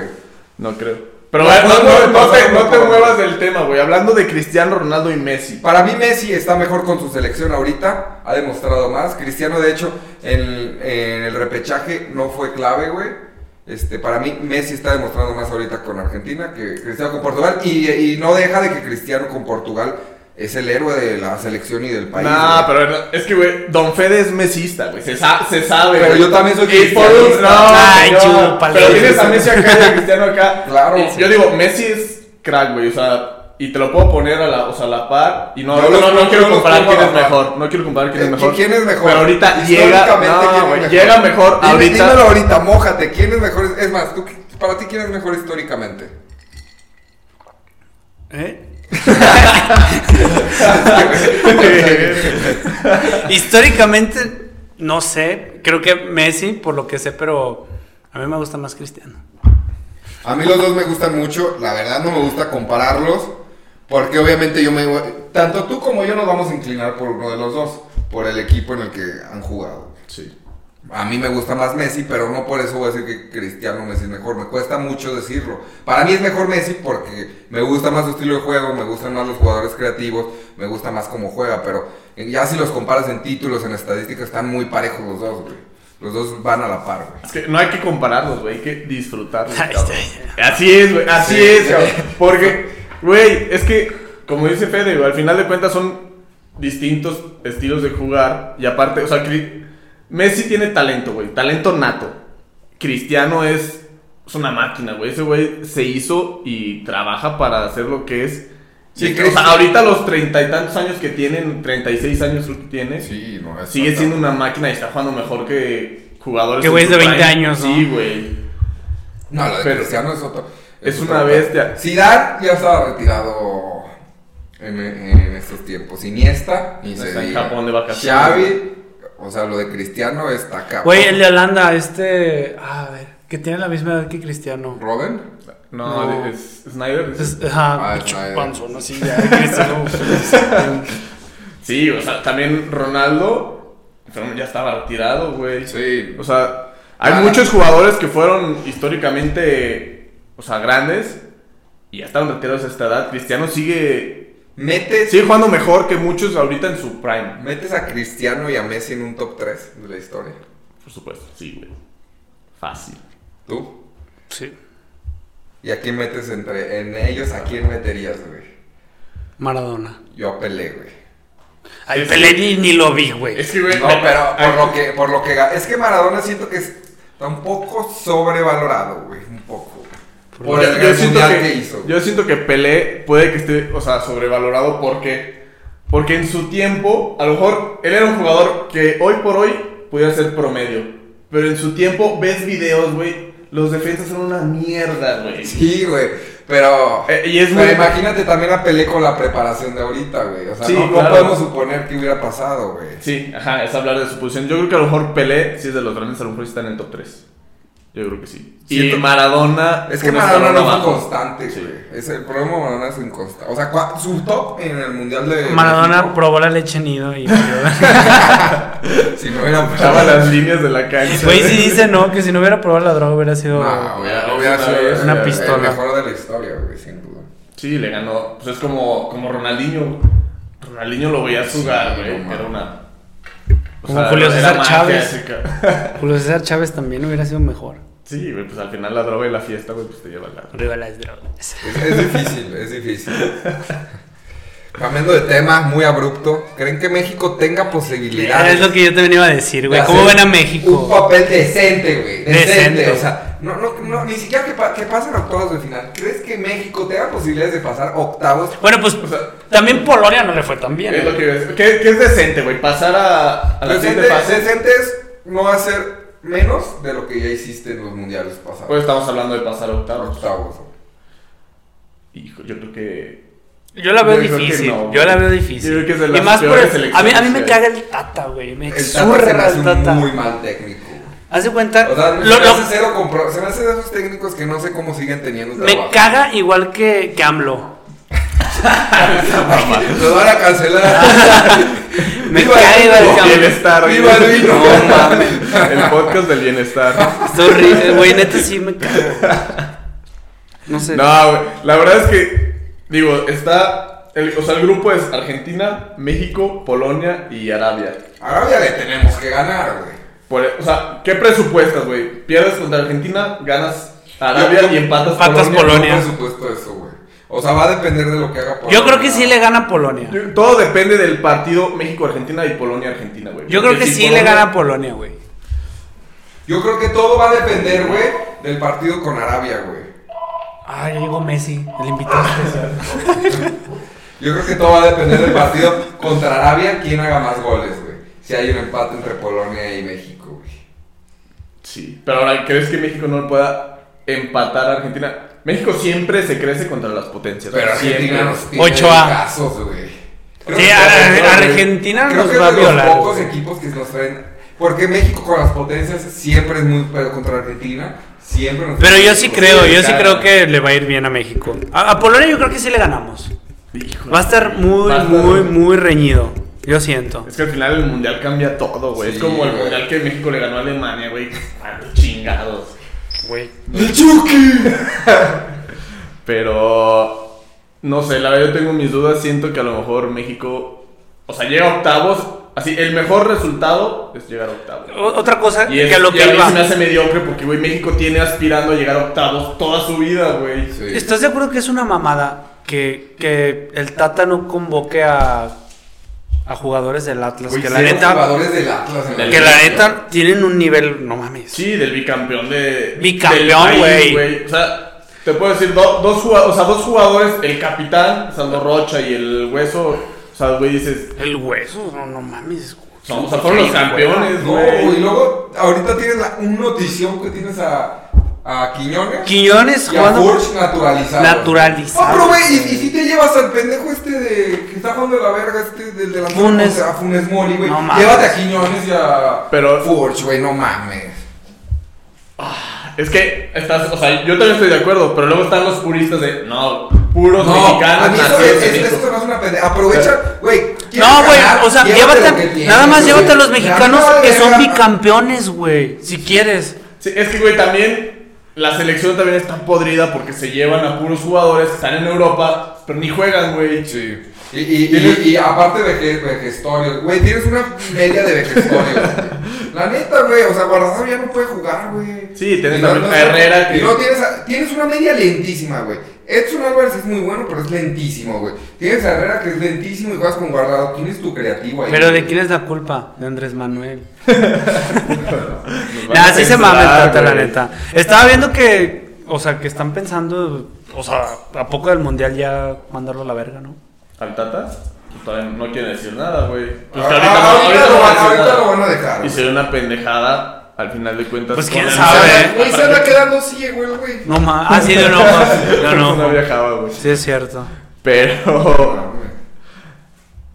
Speaker 3: No creo. Pero
Speaker 1: No,
Speaker 3: güey, no, no-
Speaker 1: no, no,
Speaker 3: no te,
Speaker 1: no,
Speaker 3: no te
Speaker 1: no.
Speaker 3: muevas del tema, güey. Hablando de Cristiano Ronaldo y Messi.
Speaker 1: Para mí Messi está mejor con su selección ahorita, ha demostrado más. Cristiano, de hecho, en, en el repechaje no fue clave, güey. Este, para mí Messi está demostrando más ahorita con Argentina que Cristiano con Portugal. Y, y no deja de que Cristiano con Portugal es el héroe de la selección y del país.
Speaker 3: Nah,
Speaker 1: güey.
Speaker 3: pero no- es que, güey, Don Fede es mesista, güey. Se, sa- se sabe,
Speaker 1: Pero
Speaker 3: güey.
Speaker 1: yo también soy
Speaker 3: Y por un-
Speaker 1: cristianista.
Speaker 3: No,
Speaker 2: Ay,
Speaker 3: señor.
Speaker 2: chúpale.
Speaker 3: Pero tienes a Messi acá y a Cristiano acá.
Speaker 1: Claro.
Speaker 3: Y Yo digo, Messi es crack, güey. O sea, y te lo puedo poner a la, o sea, a la par. Y no,
Speaker 1: Yo
Speaker 3: no,
Speaker 1: los
Speaker 3: no,
Speaker 1: pongo- yo
Speaker 3: quiero
Speaker 1: los
Speaker 3: comparar
Speaker 1: pongo a
Speaker 3: quién
Speaker 1: la
Speaker 3: es
Speaker 1: par.
Speaker 3: mejor. No quiero comparar quién es
Speaker 1: Eh,
Speaker 3: mejor.
Speaker 1: ¿Quién es mejor?
Speaker 3: Pero ahorita llega.
Speaker 1: Históricamente,
Speaker 3: no,
Speaker 1: ¿quién es
Speaker 3: güey,
Speaker 1: mejor?
Speaker 3: llega mejor
Speaker 1: Dime-
Speaker 3: ahorita.
Speaker 1: Dímelo ahorita, mójate. ¿Quién es mejor? Es más, tú, para ti, ¿quién es mejor históricamente?
Speaker 2: ¿Eh? Históricamente, no sé. Creo que Messi, por lo que sé, pero a mí me gusta más Cristiano.
Speaker 4: A mí los dos me gustan mucho, la verdad no me gusta compararlos, porque obviamente yo me... Tanto tú como yo nos vamos a inclinar por uno de los dos, por el equipo en el que han jugado.
Speaker 3: Sí.
Speaker 1: A mí me gusta más Messi, pero no por eso voy a decir que Cristiano Messi es mejor. Me cuesta mucho decirlo. Para mí es mejor Messi porque me gusta más su estilo de juego, me gustan más los jugadores creativos, me gusta más cómo juega. Pero ya si los comparas en títulos, en estadísticas, están muy parejos los dos, güey. Los dos van a la par, güey.
Speaker 3: Es que no hay que compararlos, güey, hay que disfrutarlos. cabrón. Así es, güey, así es, cabrón. Porque, güey, es que, como dice Fede, güey, al final de cuentas son distintos estilos de jugar. Y aparte, o sea, Cri- Messi tiene talento, güey, talento nato. Cristiano es, es una máquina, güey. Ese güey se hizo y trabaja para hacer lo que es.
Speaker 1: Sí,
Speaker 3: Y,
Speaker 1: creo-
Speaker 3: o sea, ahorita los treinta y tantos años que tienen, 36 años creo que tiene.
Speaker 1: Sí, no, es
Speaker 3: Sigue siendo una máquina y está jugando mejor que jugadores.
Speaker 2: Que
Speaker 3: en
Speaker 2: güeyes
Speaker 3: su
Speaker 2: de 20
Speaker 3: prime.
Speaker 2: años, ¿no?
Speaker 3: Sí, güey.
Speaker 1: No, lo de
Speaker 3: Pero-
Speaker 1: Cristiano es otro.
Speaker 3: Es una
Speaker 1: otro-
Speaker 3: bestia.
Speaker 1: Zidane ya estaba retirado en, en estos tiempos. Iniesta, ni
Speaker 3: Está
Speaker 1: se
Speaker 3: en
Speaker 1: diga.
Speaker 3: Japón de vacaciones.
Speaker 1: Xavi, o sea, lo de Cristiano está acá.
Speaker 2: Güey, el de Holanda, este. A ver, que tiene la misma edad que Cristiano.
Speaker 1: Robin.
Speaker 3: No,
Speaker 2: No.
Speaker 3: es Snyder.
Speaker 2: Es- ajá,
Speaker 1: Ah,
Speaker 2: pinche
Speaker 1: Schneider.
Speaker 2: panzón así ya. Cristiano.
Speaker 3: Sí, o sea, también Ronaldo pero ya estaba retirado, güey.
Speaker 1: Sí.
Speaker 3: O sea, hay
Speaker 1: Nada.
Speaker 3: muchos jugadores que fueron históricamente, o sea, grandes y ya están retirados a esta edad. Cristiano sigue,
Speaker 1: Metes,
Speaker 3: sigue jugando mejor que muchos ahorita en su prime.
Speaker 1: metes a Cristiano y a Messi en un top 3 de la historia.
Speaker 3: Por supuesto, sí, güey. Fácil.
Speaker 1: ¿Tú?
Speaker 2: Sí.
Speaker 1: ¿Y a quién metes entre en ellos? ¿A quién meterías, güey?
Speaker 2: Maradona.
Speaker 1: Yo a Pelé, güey.
Speaker 2: Ay,
Speaker 3: Es que-
Speaker 2: Pelé ni, ni lo vi, güey.
Speaker 3: Es que, güey,
Speaker 1: No, pero por lo que, por lo que ga- es que Maradona siento que es- está un poco sobrevalorado, güey, un poco. Por, el
Speaker 3: yo,
Speaker 1: gran
Speaker 3: siento
Speaker 1: mundial
Speaker 3: que,
Speaker 1: que, hizo.
Speaker 3: yo siento que Pelé puede que esté, o sea, sobrevalorado porque porque en su tiempo, a lo mejor él era un jugador que hoy por hoy pudiera ser promedio, pero en su tiempo ves videos, güey, los defensas son una mierda, güey.
Speaker 1: Sí, güey, pero
Speaker 3: Eh, y es
Speaker 1: pero
Speaker 3: muy-
Speaker 1: imagínate también a Pelé con la preparación de ahorita, güey. O sea,
Speaker 3: Sí,
Speaker 1: no, no
Speaker 3: claro.
Speaker 1: podemos suponer que hubiera pasado, güey.
Speaker 3: Sí, ajá, es hablar de su posición. Yo creo que a lo mejor Pelé, si es de los grandes, a lo mejor sí está en el top 3. Yo creo que sí.
Speaker 1: Siento-
Speaker 3: Y Maradona
Speaker 1: Es que
Speaker 3: un
Speaker 1: Maradona
Speaker 3: escalón
Speaker 1: no fue
Speaker 3: abajo.
Speaker 1: constante, güey.
Speaker 3: Sí.
Speaker 1: Es el problema de Maradona es inconstante. O sea, cua- su top en el mundial de
Speaker 2: Maradona
Speaker 1: México,
Speaker 2: probó la leche nido y.
Speaker 1: si no hubiera
Speaker 3: Estaba las líneas de la cancha.
Speaker 2: Güey, sí dice no, que si no hubiera probado la droga hubiera sido.
Speaker 1: No, hubiera, hubiera
Speaker 3: Una
Speaker 1: sido
Speaker 2: una
Speaker 1: el-
Speaker 2: pistola.
Speaker 1: el mejor de la historia, güey, sin duda.
Speaker 3: Sí, le ganó. Pues es como, como Ronaldinho. Ronaldinho lo veía jugar,
Speaker 1: Sí,
Speaker 3: güey.
Speaker 1: no
Speaker 3: era
Speaker 1: mames.
Speaker 3: una. o
Speaker 2: Como Julio
Speaker 3: era
Speaker 2: César
Speaker 3: magia,
Speaker 2: Chávez.
Speaker 3: así que-
Speaker 2: Julio César Chávez también hubiera sido mejor.
Speaker 3: Sí, güey, pues al final la droga y la fiesta, güey, pues te lleva al lado.
Speaker 2: Arriba las drogas.
Speaker 1: Es, es difícil, es difícil. Cambiando de tema, muy abrupto. ¿Creen que México tenga posibilidades?
Speaker 2: Eh, Es lo que yo también iba a decir, güey.
Speaker 1: de
Speaker 2: ¿Cómo
Speaker 1: hacer
Speaker 2: ven a
Speaker 1: Un
Speaker 2: México?
Speaker 1: papel decente, güey. Decente.
Speaker 2: Decente.
Speaker 1: O sea, no, no, no, ni siquiera que, pa- que pasen a octavos de final. ¿Crees que México tenga posibilidades de pasar octavos?
Speaker 2: Bueno, pues también Polonia no le fue tan bien.
Speaker 3: Es lo
Speaker 2: güey.
Speaker 3: que iba a decir. ¿Qué, qué es decente, güey? Pasar a, a la
Speaker 1: Decente,
Speaker 3: siguiente fase.
Speaker 1: decente es no hacer menos de lo que ya hiciste en los mundiales pasados.
Speaker 3: Pues estamos hablando de pasar a octavos.
Speaker 1: octavos.
Speaker 3: Hijo, yo creo que.
Speaker 2: Yo la veo
Speaker 3: Yo creo que
Speaker 2: difícil.
Speaker 3: no.
Speaker 2: Yo la veo
Speaker 3: Yo
Speaker 2: difícil.
Speaker 3: creo que es de las
Speaker 2: y más por
Speaker 3: peores
Speaker 2: el- a mí,
Speaker 3: selecciones
Speaker 2: a mí me
Speaker 3: que hay.
Speaker 2: caga el Tata, güey. Me
Speaker 1: El Tata se me
Speaker 2: exurra
Speaker 1: hace
Speaker 2: el
Speaker 1: un
Speaker 2: Tata.
Speaker 1: muy mal técnico.
Speaker 2: Haz de cuenta.
Speaker 1: O sea,
Speaker 2: lo-
Speaker 1: se, me
Speaker 2: lo-
Speaker 1: hace cero compro- se me hace de esos técnicos que no sé cómo siguen teniendo
Speaker 2: me
Speaker 1: trabajo.
Speaker 2: caga igual que, que AMLO.
Speaker 1: Lo van a cancelar.
Speaker 2: Me
Speaker 1: Viva
Speaker 2: cae,
Speaker 1: el
Speaker 2: vale,
Speaker 1: vino.
Speaker 2: cabrón.
Speaker 3: Bienestar,
Speaker 1: Viva el vino.
Speaker 3: No mames. El podcast del bienestar.
Speaker 2: Está horrible, güey. Neta sí me caga. güey. No sé.
Speaker 3: No, güey. La verdad es que, digo, está. El, o sea, el grupo es Argentina, México, Polonia y Arabia.
Speaker 1: Arabia le tenemos que ganar, güey.
Speaker 3: Por- e, o sea, ¿qué presupuestas, güey? Pierdes contra Argentina, ganas Arabia
Speaker 1: Yo-
Speaker 3: y empatas
Speaker 2: empatas
Speaker 3: Polonia.
Speaker 2: Polonia.
Speaker 1: Por supuesto eso, güey. O sea, va a depender de lo que haga
Speaker 2: Yo creo que sí le gana a Polonia.
Speaker 3: Yo- Todo depende del partido México-Argentina y Polonia-Argentina, güey.
Speaker 2: Yo creo
Speaker 3: Porque
Speaker 2: que
Speaker 3: si
Speaker 2: sí le
Speaker 3: Polonia-
Speaker 2: gana a Polonia, güey.
Speaker 1: Yo creo que todo va a depender, güey, del partido con Arabia, güey.
Speaker 2: Ah, ya llegó Messi, el invitado especial.
Speaker 1: Yo creo que todo va a depender del partido contra Arabia, quién haga más goles, güey. Si hay un empate entre Polonia y México, güey.
Speaker 3: Sí. Pero ahora, ¿crees que México no pueda empatar a Argentina? México siempre se crece contra las potencias.
Speaker 1: Pero
Speaker 3: güey,
Speaker 1: Argentina
Speaker 3: siempre.
Speaker 1: nos tiene
Speaker 2: Ochoa.
Speaker 1: casos, güey. Creo
Speaker 2: Sí,
Speaker 1: que-
Speaker 2: a- a- Argentina
Speaker 1: creo
Speaker 2: nos
Speaker 1: que
Speaker 2: va a
Speaker 1: es de los
Speaker 2: violar.
Speaker 1: pocos equipos que nos traen. Porque México con las potencias siempre es muy. Pero contra Argentina siempre nos.
Speaker 2: Pero yo sí creo, yo sí
Speaker 3: cara.
Speaker 2: creo que le va a ir bien a México. A, a Polonia yo creo que sí le ganamos.
Speaker 3: Híjole.
Speaker 2: Va a estar muy,
Speaker 3: Va a estar-
Speaker 2: muy, muy reñido. Yo siento.
Speaker 3: Es que al final el mundial cambia todo, güey. es
Speaker 1: Sí,
Speaker 3: como el
Speaker 1: güey.
Speaker 3: mundial que México le ganó a Alemania, güey. ¡Cuántos chingados!
Speaker 2: Güey.
Speaker 1: ¡El Chucky!
Speaker 3: Pero no sé, la verdad yo tengo mis dudas. Siento que a lo mejor México, o sea, llega a octavos. Así, el mejor resultado es llegar a octavos.
Speaker 2: O- Otra cosa
Speaker 3: Y es
Speaker 2: que a lo
Speaker 3: y
Speaker 2: que
Speaker 3: a mí
Speaker 2: iba.
Speaker 3: se me hace mediocre porque, güey, México tiene aspirando a llegar a octavos toda su vida, güey.
Speaker 1: Sí.
Speaker 2: ¿Estás de acuerdo que es una mamada que, que el Tata no convoque a, a jugadores del Atlas?
Speaker 3: Güey,
Speaker 2: que la
Speaker 3: cero
Speaker 2: neta,
Speaker 1: jugadores del Atlas. en
Speaker 3: Del
Speaker 2: que la
Speaker 3: Atlas.
Speaker 2: neta tienen un nivel, no mames.
Speaker 3: Sí, del bicampeón de.
Speaker 2: Bicampeón,
Speaker 3: del país,
Speaker 2: güey.
Speaker 3: O sea, te puedo decir, do- dos, jugado- o sea, dos jugadores, el capitán, Sandro Rocha y el hueso. O sea, güey, dices,
Speaker 2: El hueso, no, no mames. güey.
Speaker 3: son, o sea, fueron los
Speaker 2: Sí, güey.
Speaker 3: campeones,
Speaker 1: No,
Speaker 3: güey.
Speaker 1: y luego ahorita tienes la, un notición que tienes a, a Quiñones.
Speaker 2: Quiñones
Speaker 1: y a
Speaker 2: jugando.
Speaker 1: Furch naturalizado.
Speaker 2: Naturalizado.
Speaker 1: Ah, pero güey, y, y si te llevas al pendejo este de que está jugando la verga este del delantero
Speaker 2: Funes.
Speaker 1: o sea, a Funes Mori, güey.
Speaker 2: No mames.
Speaker 1: Llévate a Quiñones y a
Speaker 3: Pero-
Speaker 1: Furch, güey, no mames.
Speaker 3: Es que estás, o sea, yo también estoy de acuerdo, pero luego están los puristas de no, puros
Speaker 1: a
Speaker 3: mexicanos
Speaker 1: mí eso, es,
Speaker 3: nacidos en
Speaker 1: es-
Speaker 3: México.
Speaker 1: esto no es una pendeja. Aprovecha, güey. ¿quieres
Speaker 2: No, güey,
Speaker 1: ganar?
Speaker 2: o sea,
Speaker 1: Llévate
Speaker 2: llévate,
Speaker 1: lo que tienes,
Speaker 2: nada más
Speaker 1: güey.
Speaker 2: llévate a los
Speaker 1: Me
Speaker 2: mexicanos
Speaker 1: acaba de
Speaker 2: que son
Speaker 1: ganar.
Speaker 2: bicampeones, güey. Si quieres.
Speaker 3: Sí, es que güey, también la selección también está podrida porque se llevan a puros jugadores que están en Europa, pero ni juegan, güey.
Speaker 1: Sí. Y, y, y, y aparte de que vejestorios, güey, tienes una media de vejestorios. La neta, güey, o sea, Guardado ya no puede jugar, güey.
Speaker 3: Sí, tienes
Speaker 1: Y no-
Speaker 3: también
Speaker 1: no-
Speaker 3: a Herrera
Speaker 1: y
Speaker 3: que-
Speaker 1: no, tienes, a- tienes una media lentísima, güey. Edson Álvarez es muy bueno, pero es lentísimo, güey. Tienes a Herrera que es lentísimo y juegas con Guardado. ¿Quién es tu creativo ahí?
Speaker 2: Pero
Speaker 1: güey?
Speaker 2: ¿de quién es la culpa? De Andrés Manuel.
Speaker 3: Nos van
Speaker 2: Nah,
Speaker 3: a
Speaker 2: sí se
Speaker 3: pensar,
Speaker 2: mama el Tata, la
Speaker 3: güey.
Speaker 2: neta. Estaba viendo que, o sea, que están pensando, o sea, a poco del mundial ya mandarlo a la verga, ¿no?
Speaker 3: ¿Al Tata? Pues todavía no quiere decir nada, güey. Pues
Speaker 1: Ah,
Speaker 3: que ahorita, no-
Speaker 1: ahorita
Speaker 3: ahorita
Speaker 1: lo
Speaker 3: no va a
Speaker 1: van-
Speaker 3: decir
Speaker 1: ahorita
Speaker 3: nada.
Speaker 1: lo van a dejar.
Speaker 3: Y sería una pendejada al final de cuentas.
Speaker 2: Pues,
Speaker 3: con
Speaker 2: quién
Speaker 3: el-
Speaker 1: Se
Speaker 2: sabe.
Speaker 1: anda- Güey, se anda quedando ciego el güey.
Speaker 2: No más. Ah, sí, de un ojo. De un
Speaker 3: No
Speaker 2: ojo.
Speaker 3: viajaba, güey.
Speaker 2: Sí, es cierto.
Speaker 3: Pero.
Speaker 1: No, güey.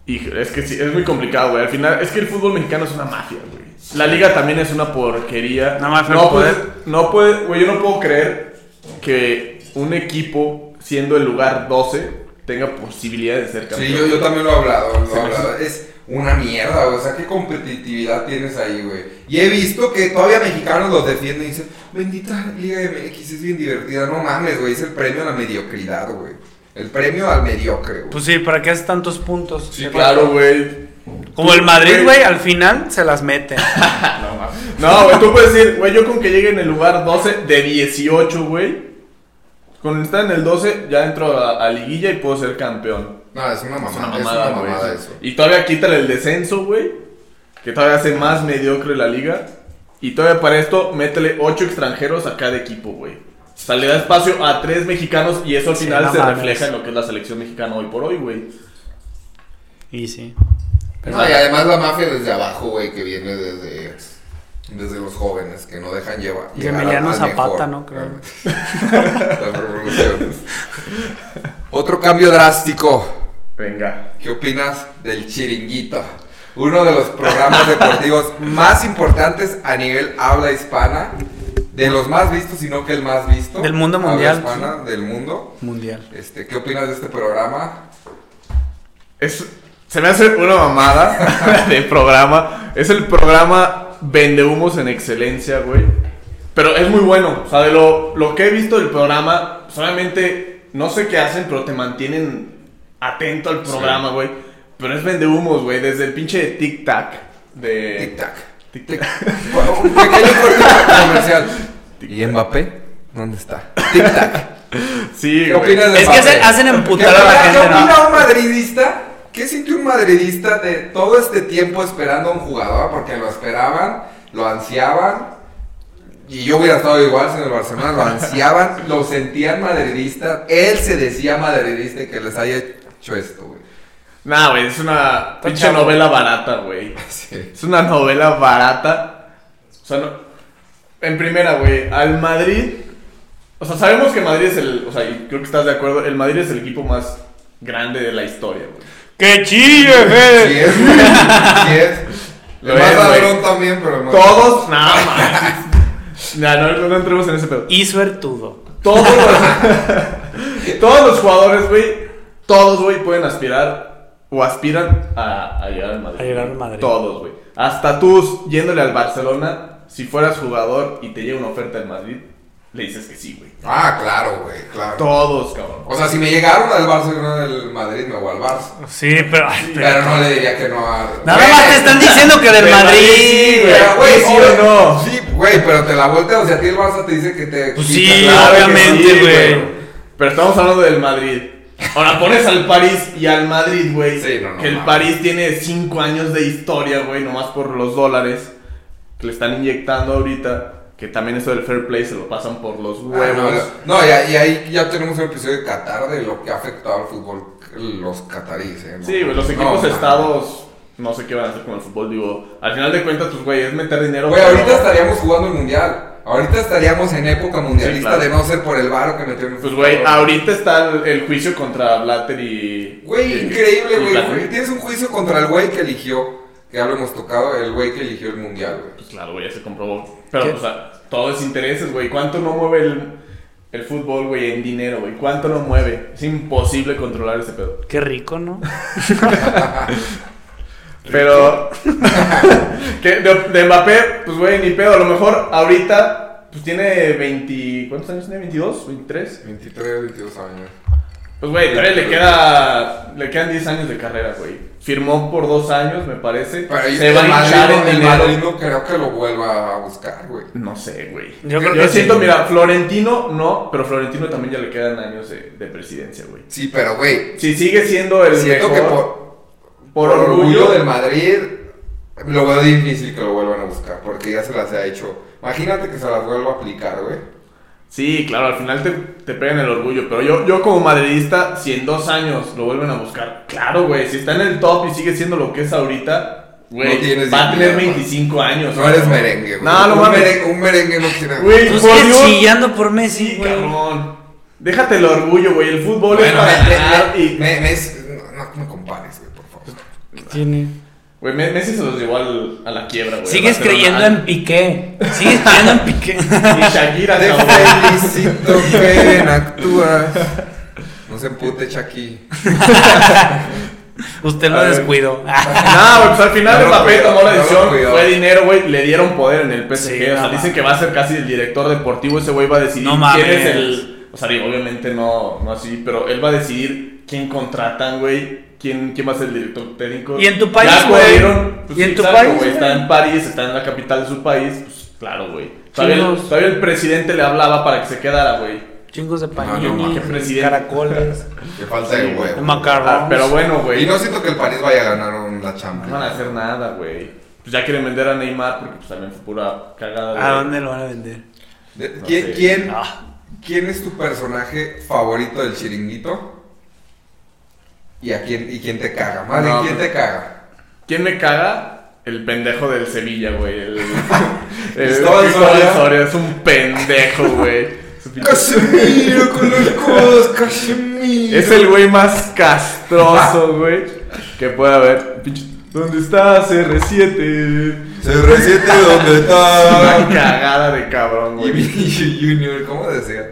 Speaker 3: Hijo, es que sí, es muy complicado, güey. Al final, es que el fútbol mexicano es una mafia, güey. La liga también es una porquería.
Speaker 2: Una mafia
Speaker 3: no ¿eh?
Speaker 2: al
Speaker 3: puede,
Speaker 2: poder.
Speaker 3: no puede, güey, yo no puedo creer que un equipo, siendo el lugar 12, tenga posibilidad de ser campeón.
Speaker 1: Sí, yo, yo también lo he hablado, lo he
Speaker 3: Se me
Speaker 1: hablado. Es una mierda, o sea, qué competitividad tienes ahí, güey. Y he visto que todavía mexicanos los defienden y dicen, bendita Liga MX es bien divertida. No mames, güey, es el premio a la mediocridad, güey. El premio al mediocre, güey.
Speaker 2: Pues sí, ¿para qué haces tantos puntos?
Speaker 3: Sí, claro, güey.
Speaker 2: Como el Madrid, güey, al final se las mete.
Speaker 3: No, ma- No, güey, tú puedes decir, güey, yo con que llegue en el lugar 12 de 18, güey. Con estar en el 12, ya entro a, a liguilla y puedo ser campeón.
Speaker 1: No, es una
Speaker 3: Es una
Speaker 1: mamada, es
Speaker 3: mamada,
Speaker 1: una
Speaker 3: güey.
Speaker 1: mamada eso.
Speaker 3: Y todavía quítale el descenso, güey. Que todavía hace más mediocre la liga. Y todavía para esto, métele 8 extranjeros a cada equipo, güey. O sea, le da espacio a 3 mexicanos y eso al
Speaker 2: Sí,
Speaker 3: final
Speaker 2: no
Speaker 3: se
Speaker 2: mames.
Speaker 3: refleja en lo que es la selección mexicana hoy por hoy, güey.
Speaker 2: Y sí.
Speaker 1: No, y además la mafia desde abajo, güey, que viene desde, desde los jóvenes, que no dejan llevar.
Speaker 2: Y
Speaker 1: llegar
Speaker 2: Emiliano
Speaker 1: al- al
Speaker 2: Zapata,
Speaker 1: mejor.
Speaker 2: ¿no? Creo.
Speaker 1: Las revoluciones. Otro cambio drástico.
Speaker 3: Venga.
Speaker 1: ¿Qué opinas del Chiringuito? Uno de los programas deportivos más importantes a nivel habla hispana, de los más vistos, sino que el más visto.
Speaker 2: Del mundo
Speaker 1: Habla
Speaker 2: mundial,
Speaker 1: hispana, del mundo.
Speaker 2: Mundial.
Speaker 1: Este, ¿Qué opinas de este programa?
Speaker 3: Es, se me hace una mamada de programa. Es el programa Vende Humos en Excelencia, güey. Pero es muy bueno. O sea, de lo, lo que he visto del programa, solamente no sé qué hacen, pero te mantienen atento al programa, güey. Pero es Vende Humos, güey. Desde el pinche tic-tac. De...
Speaker 1: Tic-tac.
Speaker 3: Tic
Speaker 1: Tic- Bueno, Un pequeño corte comercial. ¿Y Mbappé? ¿Dónde está? Tic-tac.
Speaker 3: Sí,
Speaker 1: ¿Qué
Speaker 3: güey.
Speaker 1: opinas de
Speaker 2: Es que
Speaker 1: Mbappé?
Speaker 2: hacen- hacen emputar
Speaker 1: ¿Qué
Speaker 2: a la
Speaker 1: opina-
Speaker 2: gente,
Speaker 1: ¿Qué
Speaker 2: ¿no?
Speaker 1: opina un madridista? ¿Qué sintió un madridista de todo este tiempo esperando a un jugador? Porque lo esperaban, lo ansiaban. Y yo hubiera estado igual si en el Barcelona lo ansiaban, lo sentían madridista. Él se decía madridista y que les haya hecho esto, güey.
Speaker 3: Nah, güey. Es una pinche
Speaker 2: chavo.
Speaker 3: novela barata, güey.
Speaker 1: Sí.
Speaker 3: Es una novela barata. O sea, no- en primera, güey, al Madrid. O sea, sabemos que Madrid es el. O sea, y creo que estás de acuerdo. El Madrid es el equipo más grande de la historia, güey.
Speaker 2: ¡Qué chille,
Speaker 1: Sí es, güey. Sí es.
Speaker 3: Lo
Speaker 1: El más
Speaker 3: es, güey.
Speaker 1: ladrón también, pero no.
Speaker 3: Todos. No, mames. Nah, no, no entremos en ese pedo.
Speaker 2: Y suertudo.
Speaker 3: Todos los, todos los jugadores, güey. Todos, güey, pueden aspirar o aspiran a, a llegar al Madrid.
Speaker 2: A llegar al Madrid.
Speaker 3: Todos, güey. Hasta tú yéndole al Barcelona, si fueras jugador y te llega una oferta del Madrid, le dices que sí, güey.
Speaker 1: Ah, claro, güey, claro.
Speaker 3: Todos, cabrón.
Speaker 1: O sea, si me llegaron al Barça y no del Madrid, me voy al Barça.
Speaker 2: Sí, pero.
Speaker 1: Pero no le diría que no a...
Speaker 2: Nada más te están diciendo que del
Speaker 3: Del Madrid,
Speaker 2: Madrid.
Speaker 3: sí,
Speaker 2: güey.
Speaker 1: Pero, güey,
Speaker 3: Sí
Speaker 1: sí,
Speaker 3: o
Speaker 1: no.
Speaker 3: no.
Speaker 1: Sí, güey, pero te la volteas. O sea, a ti el Barça te dice que te.
Speaker 2: Pues
Speaker 1: quita,
Speaker 2: sí,
Speaker 1: claro que
Speaker 2: obviamente,
Speaker 3: Sí,
Speaker 2: güey.
Speaker 3: Pero estamos hablando del Madrid. Ahora pones al París y al Madrid, güey.
Speaker 1: Sí, no, no,
Speaker 3: que el
Speaker 1: mames.
Speaker 3: París tiene 5 años de historia, güey, nomás por los dólares que le están inyectando ahorita. Que también eso del fair play se lo pasan por los
Speaker 1: Ah, no,
Speaker 3: huevos.
Speaker 1: no, y ahí- y ahí ya tenemos un episodio de Qatar de lo que ha afectado al fútbol los cataríes. ¿eh? No,
Speaker 3: Sí, güey, los
Speaker 1: no,
Speaker 3: equipos
Speaker 1: no.
Speaker 3: estados no sé qué van a hacer con el fútbol. Digo, al final de cuentas, pues, güey, es meter dinero.
Speaker 1: Güey,
Speaker 3: pero-
Speaker 1: ahorita estaríamos jugando el mundial. Ahorita estaríamos en época mundialista
Speaker 3: claro.
Speaker 1: de no ser por el varo que metió en el
Speaker 3: Pues, güey,
Speaker 1: fútbol.
Speaker 3: ahorita está el, el juicio contra Blatter y. y-
Speaker 1: Güey, increíble,
Speaker 3: y
Speaker 1: güey.
Speaker 3: Blatter.
Speaker 1: porque Tienes un juicio contra el güey que eligió, que ya lo hemos tocado, el güey que eligió el mundial, güey.
Speaker 3: Pues claro, güey, ya se comprobó. Pero,
Speaker 2: ¿Qué?
Speaker 3: pues, a- todo es intereses, güey. ¿Cuánto no mueve el, el fútbol, güey, en dinero, güey? ¿Cuánto no mueve? Es imposible controlar ese pedo.
Speaker 2: Qué rico, ¿no?
Speaker 3: Pero. que de, de Mbappé, pues, güey, ni pedo. A lo mejor ahorita, pues, tiene 20. ¿Cuántos años tiene? ¿22? ¿23?
Speaker 1: 23, 22 años.
Speaker 3: Pues, güey, todavía le, queda, le quedan 10 años de carrera, güey. Firmó por 2 años, me parece.
Speaker 1: Pero ahí
Speaker 3: Se va a
Speaker 1: el
Speaker 3: hinchar
Speaker 1: Madrid,
Speaker 3: en
Speaker 1: no- el
Speaker 3: dinero.
Speaker 1: Madrid no creo que lo vuelva a buscar, güey.
Speaker 3: No sé, güey.
Speaker 2: Yo
Speaker 3: Yo,
Speaker 2: creo que
Speaker 3: siento,
Speaker 2: sí.
Speaker 3: mira, Florentino no, pero Florentino también ya le quedan años de, de presidencia, güey.
Speaker 1: Sí, pero, güey,
Speaker 3: Si sigue siendo el
Speaker 1: Siento que
Speaker 3: mejor,
Speaker 1: por,
Speaker 3: por orgullo,
Speaker 1: del Madrid lo veo difícil que lo vuelvan a buscar porque ya se las ha hecho. Imagínate que se las vuelva a aplicar, güey.
Speaker 3: Sí, claro, al final te, te pegan el orgullo, pero yo, yo como madridista, si en dos años lo vuelven a buscar, claro, güey, si está en el top y sigue siendo lo que es ahorita,
Speaker 1: No
Speaker 3: güey,
Speaker 1: tienes
Speaker 3: va a tener
Speaker 1: dignidad,
Speaker 3: 25 años.
Speaker 1: No eres merengue, güey.
Speaker 3: No, no
Speaker 1: un,
Speaker 3: mames.
Speaker 1: merengue, un merengue no tiene.
Speaker 3: Güey,
Speaker 2: Pues
Speaker 3: por
Speaker 2: que
Speaker 3: Dios.
Speaker 2: chillando por Messi,
Speaker 3: Sí,
Speaker 2: güey.
Speaker 3: cabrón. Déjate el orgullo, güey, el fútbol es
Speaker 1: Bueno,
Speaker 3: para
Speaker 1: me-
Speaker 3: ganar
Speaker 1: me-
Speaker 3: y...
Speaker 1: me- me- no, no me compares, güey, por favor.
Speaker 2: ¿Qué tiene?
Speaker 3: Güey, Me- Messi se los llevó al- a la quiebra, güey.
Speaker 2: Sigues
Speaker 3: Barcelona.
Speaker 2: creyendo en Piqué. Sigues creyendo en Piqué.
Speaker 3: Y Shakira,
Speaker 1: Te
Speaker 3: cabrón.
Speaker 1: felicito, Kevin, actúas. No se empute, Chucky.
Speaker 2: Usted lo
Speaker 3: A ver.
Speaker 2: descuidó. Ah.
Speaker 3: No, güey, pues al final
Speaker 1: No lo
Speaker 3: Mbappé
Speaker 1: cuidó,
Speaker 3: tomó la
Speaker 1: no lo
Speaker 3: decisión,
Speaker 1: cuidó.
Speaker 3: fue dinero, güey, le dieron poder en el PSG,
Speaker 2: Sí,
Speaker 3: o sea,
Speaker 2: no
Speaker 3: dicen
Speaker 2: mames.
Speaker 3: que va a ser casi el director deportivo, ese güey va a decidir
Speaker 2: No mames.
Speaker 3: quién es el... O sea, digo, obviamente no, no así, pero él va a decidir quién contratan, güey, quién, quién va a ser el director técnico.
Speaker 2: ¿Y en tu país,
Speaker 3: Ya
Speaker 2: güey?
Speaker 3: corrieron, pues,
Speaker 2: ¿Y en
Speaker 3: sí,
Speaker 2: tu
Speaker 3: exacto,
Speaker 2: país,
Speaker 3: güey, Está
Speaker 2: güey?
Speaker 3: en París, está en la capital de su país, pues claro, güey. Todavía, el-
Speaker 2: Chingos.
Speaker 3: todavía el presidente le hablaba para que se quedara, güey.
Speaker 2: Chingos de
Speaker 1: no,
Speaker 2: panini,
Speaker 1: qué
Speaker 3: presidente.
Speaker 2: caracoles,
Speaker 1: Qué falta de huevo.
Speaker 2: macarrones.
Speaker 3: Ah, pero bueno, güey.
Speaker 1: Y no siento que el París vaya a ganar
Speaker 3: No
Speaker 1: un- la
Speaker 3: van
Speaker 1: Champions.
Speaker 3: a hacer nada, güey. Pues ya quieren vender a Neymar porque pues también fue pura cagada.
Speaker 2: ¿A
Speaker 3: güey.
Speaker 2: Ah, dónde lo van a vender?
Speaker 1: De-
Speaker 3: No
Speaker 1: ¿Quién,
Speaker 3: sé.
Speaker 1: quién,
Speaker 2: Ah.
Speaker 1: ¿Quién es tu personaje favorito del chiringuito? ¿Y a quién, y quién te caga? Más bien,
Speaker 3: No,
Speaker 1: ¿quién
Speaker 3: pues-
Speaker 1: te caga?
Speaker 3: ¿Quién me caga? El pendejo del Sevilla, güey. El, el
Speaker 1: Cristóbal
Speaker 3: Cristóbal
Speaker 1: Soria.
Speaker 3: Soria es un pendejo, güey. Su pinche-
Speaker 1: Casemiro con los codos, Casemiro.
Speaker 3: Es el güey más castroso, güey. Que puede haber. Pinche- ¿Dónde está R7?
Speaker 1: Se resiente donde
Speaker 3: Una
Speaker 1: está.
Speaker 3: cagada de cabrón,
Speaker 1: Ah. y
Speaker 3: güey.
Speaker 1: Vinicius Junior, ¿cómo decía?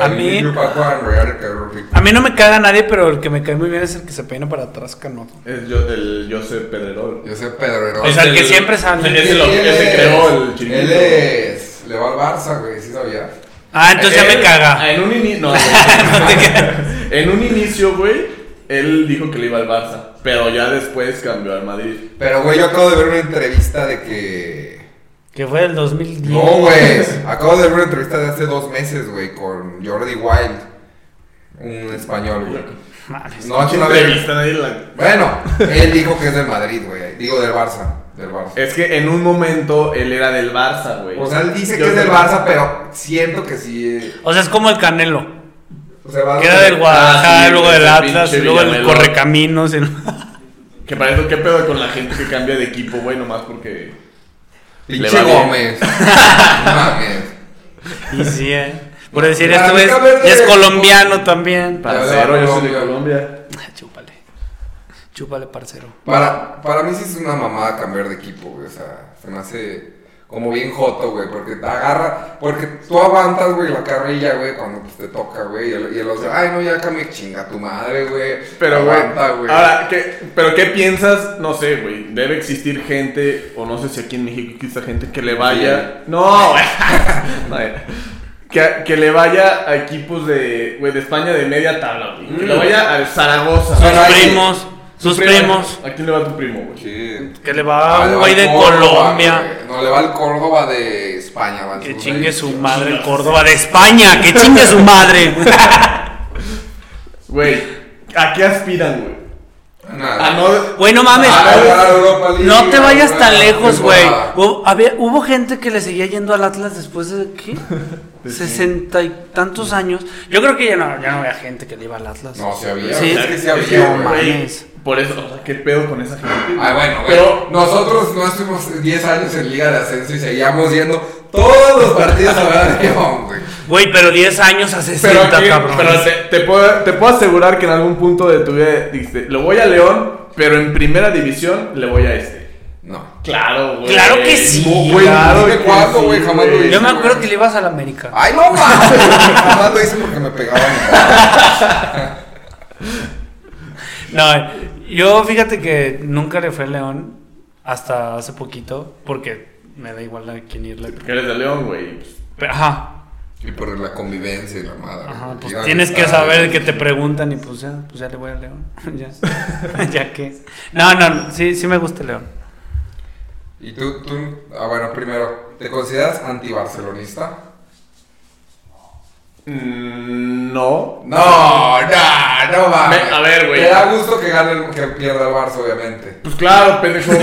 Speaker 2: A mí-
Speaker 1: Vinicius Paco Andrea, que rico.
Speaker 2: A mí no me caga nadie, pero el que me cae muy bien es el que se peina para atrás, canoto.
Speaker 3: Es yo, el Josep Pedrerol.
Speaker 1: Yo soy Pedrero.
Speaker 2: O sea, el que siempre sale.
Speaker 3: Es el que se creó el chiringuito.
Speaker 1: Él es. Le va al Barça, güey, sí sabía.
Speaker 2: Ah, entonces ya
Speaker 3: Él-
Speaker 2: me caga.
Speaker 3: En un inicio. No, güey. en un inicio, güey, él dijo que le iba al Barça. Pero ya después cambió al Madrid.
Speaker 1: Pero, güey, yo acabo de ver una entrevista de que.
Speaker 2: Que fue del 2010.
Speaker 1: No, güey. Acabo de ver una entrevista de hace dos meses, güey, con Jordi Wild. Un español, güey.
Speaker 2: Mames.
Speaker 1: No, es
Speaker 3: Pinche
Speaker 1: una vez.
Speaker 3: entrevista, nadie la-
Speaker 1: Bueno, él dijo que es del Madrid, güey. Digo, del Barça. Del Barça.
Speaker 3: Es que en un momento él era del Barça, güey.
Speaker 1: O sea, él dice que
Speaker 3: Yo
Speaker 1: es
Speaker 3: creo-
Speaker 1: del Barça, pero siento que sí. eh,
Speaker 2: O sea, es como el Canelo.
Speaker 1: O sea, va
Speaker 2: Que era del Guadalajara,
Speaker 3: Ah, sí,
Speaker 2: luego del
Speaker 3: ese
Speaker 2: Atlas,
Speaker 3: pinche
Speaker 2: luego del
Speaker 3: Villamelo.
Speaker 2: Correcaminos. el-
Speaker 3: Que para eso, ¿qué pedo con la gente que cambia de equipo, güey? Nomás porque. le
Speaker 1: Pinche
Speaker 3: va bien.
Speaker 1: Gómez. No Mames.
Speaker 2: Y sí, eh. Por decir,
Speaker 1: Para
Speaker 2: esto
Speaker 1: mí
Speaker 2: es,
Speaker 1: cabe de-
Speaker 2: ya es colombiano también. Ah,
Speaker 3: Parcero, yo soy de
Speaker 1: Colombia.
Speaker 3: Colombia.
Speaker 2: Chúpale. Chúpale, parcero.
Speaker 1: Para, para mí sí es una mamada cambiar de equipo, güey. O sea, se me hace Como bien joto, güey, porque te agarra, porque tú aguantas, güey, la carrilla, güey, cuando pues, te toca, güey, y el, y el otro, ay, no, ya cambia, chinga tu madre, güey.
Speaker 3: Pero, güey.
Speaker 1: aguanta, güey.
Speaker 3: Ahora, ¿qué, pero ¿qué piensas? No sé, güey. Debe existir gente, o no sé si aquí en México existe gente que le vaya. No, güey. Vaya. Que, que le vaya a equipos de, güey, de España de media tabla, güey. Que le vaya al Zaragoza.
Speaker 2: Sus
Speaker 1: Pero hay-
Speaker 2: primos,
Speaker 3: Tu
Speaker 2: sus
Speaker 3: primo,
Speaker 2: primos.
Speaker 3: ¿A quién le va tu primo, güey?
Speaker 1: Sí.
Speaker 2: Que le va
Speaker 1: Ah,
Speaker 2: a
Speaker 1: le
Speaker 2: un
Speaker 1: va
Speaker 2: güey
Speaker 1: al
Speaker 2: de
Speaker 1: Córdoba,
Speaker 2: Colombia.
Speaker 1: güey. No, le va al Córdoba de España, va.
Speaker 2: Que chingue su madre el Córdoba de España. Que chingue su madre.
Speaker 3: Güey, ¿a qué aspiran, güey?
Speaker 1: Nada.
Speaker 3: A no.
Speaker 2: Güey, Ah, no mames.
Speaker 1: Ah, jugar a Europa League, Pues,
Speaker 2: No te vayas
Speaker 1: jugar a
Speaker 2: tan
Speaker 1: la
Speaker 2: lejos, güey.
Speaker 1: temporada.
Speaker 2: Hubo, había- hubo gente que le seguía yendo al Atlas después de ¿qué? Sesenta y tantos años. Yo creo que ya no, ya no había gente que le iba al Atlas.
Speaker 1: No, se había.
Speaker 2: Sí.
Speaker 1: Es que se
Speaker 3: Es que,
Speaker 1: había, güey.
Speaker 2: mames.
Speaker 3: güey, Por eso, o sea, ¿qué pedo con esa gente? güey?
Speaker 1: Ah, bueno, güey.
Speaker 3: Pero-
Speaker 1: Nosotros no estuvimos 10 años en Liga de Ascenso y seguíamos yendo todos los partidos a ver a León, güey.
Speaker 2: Güey, pero 10 años a 60,
Speaker 3: Pero, aquí-
Speaker 2: cabrón.
Speaker 3: pero te, te puedo, te puedo asegurar que en algún punto de tu vida dijiste, lo voy a León, pero en primera división le voy a este.
Speaker 1: No.
Speaker 3: Claro, güey.
Speaker 2: Claro que sí,
Speaker 3: No, güey,
Speaker 2: claro
Speaker 3: dime
Speaker 1: que
Speaker 3: cuándo,
Speaker 1: sí,
Speaker 3: güey, jamás lo
Speaker 1: güey.
Speaker 3: hice.
Speaker 2: Yo me acuerdo que le ibas al América.
Speaker 3: Ah.
Speaker 1: Ay, no mames. güey. Jamás lo hice porque me pegaban.
Speaker 2: No, yo fíjate que nunca le fui al León hasta hace poquito porque me da igual a quién irle.
Speaker 3: Que eres de León, güey.
Speaker 2: Pero, ajá,
Speaker 1: Y por la convivencia y la madre.
Speaker 2: ajá,
Speaker 1: güey.
Speaker 2: pues
Speaker 1: Iban
Speaker 2: tienes
Speaker 1: a
Speaker 2: que
Speaker 1: estar-
Speaker 2: saber que te preguntan y pues ya, pues ya le voy al León. ya, ya que. No, no, no, sí, sí me gusta el León.
Speaker 1: Y tú, tú, ah, bueno, primero, ¿te consideras antibarcelonista?
Speaker 3: Mm,
Speaker 2: Pues,
Speaker 3: no.
Speaker 1: No, no, no mames.
Speaker 3: Me- a ver, güey.
Speaker 1: Te da gusto que gane, el- que pierda el Barça, obviamente.
Speaker 3: Pues claro, pendejo. Como,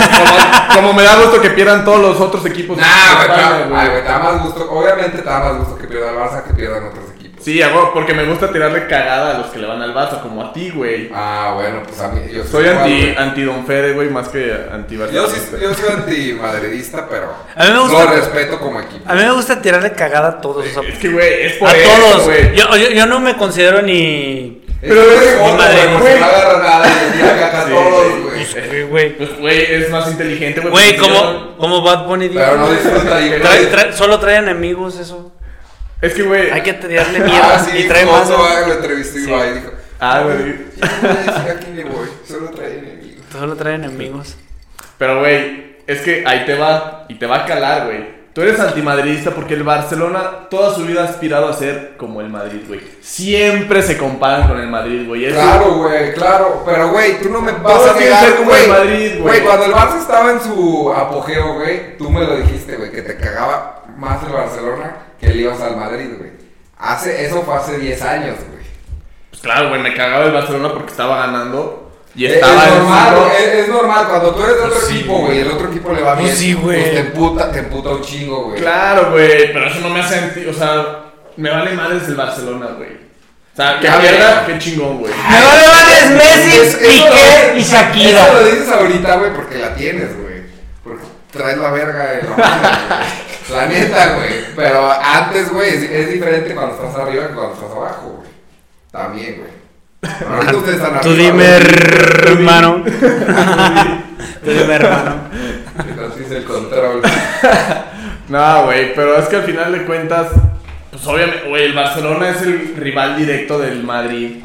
Speaker 3: como me da gusto que pierdan todos los otros
Speaker 2: Pues,
Speaker 3: equipos. de
Speaker 1: Nah, güey,
Speaker 3: España,
Speaker 1: te da- ay, güey, te da más gusto, obviamente te da más gusto que pierda el Barça que pierdan otros equipos.
Speaker 3: Sí, hago, porque me gusta tirarle cagada a los que le van al Barça, como a ti, güey.
Speaker 1: Ah, bueno, pues a mí, yo
Speaker 3: Soy
Speaker 1: igual,
Speaker 3: anti,
Speaker 1: güey.
Speaker 3: anti Don Fede, güey, más que anti
Speaker 1: Yo,
Speaker 3: Barcelona.
Speaker 1: sí, yo soy antimadridista, pero
Speaker 2: A mí me gusta-
Speaker 1: lo respeto como equipo.
Speaker 2: A mí me gusta tirarle cagada a todos. o sea,
Speaker 3: Es que, güey, es por
Speaker 2: a
Speaker 3: eso,
Speaker 2: todos.
Speaker 3: güey.
Speaker 2: Yo, yo, yo no me considero ni.
Speaker 3: Pero
Speaker 1: es
Speaker 3: eres
Speaker 1: que otro,
Speaker 2: madre,
Speaker 1: güey, no se
Speaker 3: güey.
Speaker 1: agarra nada y le tira caca a
Speaker 3: Sí,
Speaker 1: todos,
Speaker 2: Pues,
Speaker 1: güey.
Speaker 2: güey, Güey,
Speaker 3: Pues, güey, es más inteligente, güey.
Speaker 2: güey,
Speaker 3: porque
Speaker 2: como, como Bad Bunny dijo.
Speaker 1: Pero no disfruta ahí,
Speaker 2: Trae-
Speaker 1: güey.
Speaker 2: trae- solo trae enemigos, eso.
Speaker 3: yo- Es que, güey.
Speaker 2: Hay que tirarle
Speaker 1: Ah,
Speaker 2: mierda
Speaker 1: sí,
Speaker 2: y trae
Speaker 1: Joto,
Speaker 2: más.
Speaker 1: ah, lo entrevistó y
Speaker 2: Sí.
Speaker 1: va y dijo,
Speaker 3: Ah, güey.
Speaker 1: "Yo no voy a decir a quién le voy, solo trae enemigos".
Speaker 2: Solo trae enemigos.
Speaker 3: Pero, güey, es que ahí te va. Y te va a calar, güey. Tú eres antimadridista porque el Barcelona toda su vida ha aspirado a ser como el Madrid, güey. Siempre se comparan con el Madrid, güey. Es-
Speaker 1: Claro, güey, claro. Pero, güey, tú no me vas
Speaker 3: Todo
Speaker 1: a
Speaker 3: tiene que ser
Speaker 1: negar,
Speaker 3: como
Speaker 1: güey.
Speaker 3: el Madrid, güey.
Speaker 1: Güey, cuando el Barça estaba en su apogeo, güey, tú me lo dijiste, güey, que te cagaba más el Barcelona que le ibas al Madrid, güey. Hace, eso fue hace 10 años, güey.
Speaker 3: Pues claro, güey, me cagaba el Barcelona porque estaba ganando. Y
Speaker 1: Es,
Speaker 3: estaba
Speaker 1: es
Speaker 3: en
Speaker 1: normal,
Speaker 3: cinco.
Speaker 1: es, es normal. Cuando tú eres de otro equipo, güey, el otro equipo le va
Speaker 2: Pues
Speaker 1: bien.
Speaker 2: sí, güey.
Speaker 1: Pues te emputa, te emputa un chingo, güey.
Speaker 3: Claro, güey, pero eso no me hace sentido. O sea, me vale madres el Barcelona, güey. O sea, que
Speaker 1: Ya,
Speaker 3: mierda, qué chingón, güey.
Speaker 2: Me vale madres Messi,
Speaker 1: Es- eso
Speaker 2: Piqué
Speaker 1: lo-
Speaker 2: y Shakira.
Speaker 1: Eso lo dices ahorita, güey, porque la tienes, güey. Porque traes la verga de la mano, güey. La neta, güey. Pero antes, güey, es, es diferente cuando estás arriba que cuando estás abajo, güey. También, güey. Pero Ahorita ustedes están arriba.
Speaker 2: Tú dime,
Speaker 1: güey.
Speaker 2: hermano. Tú dime, hermano.
Speaker 1: Entonces el control.
Speaker 3: No, güey, pero es que al final de cuentas, pues obviamente, güey, el Barcelona es el rival directo del Madrid.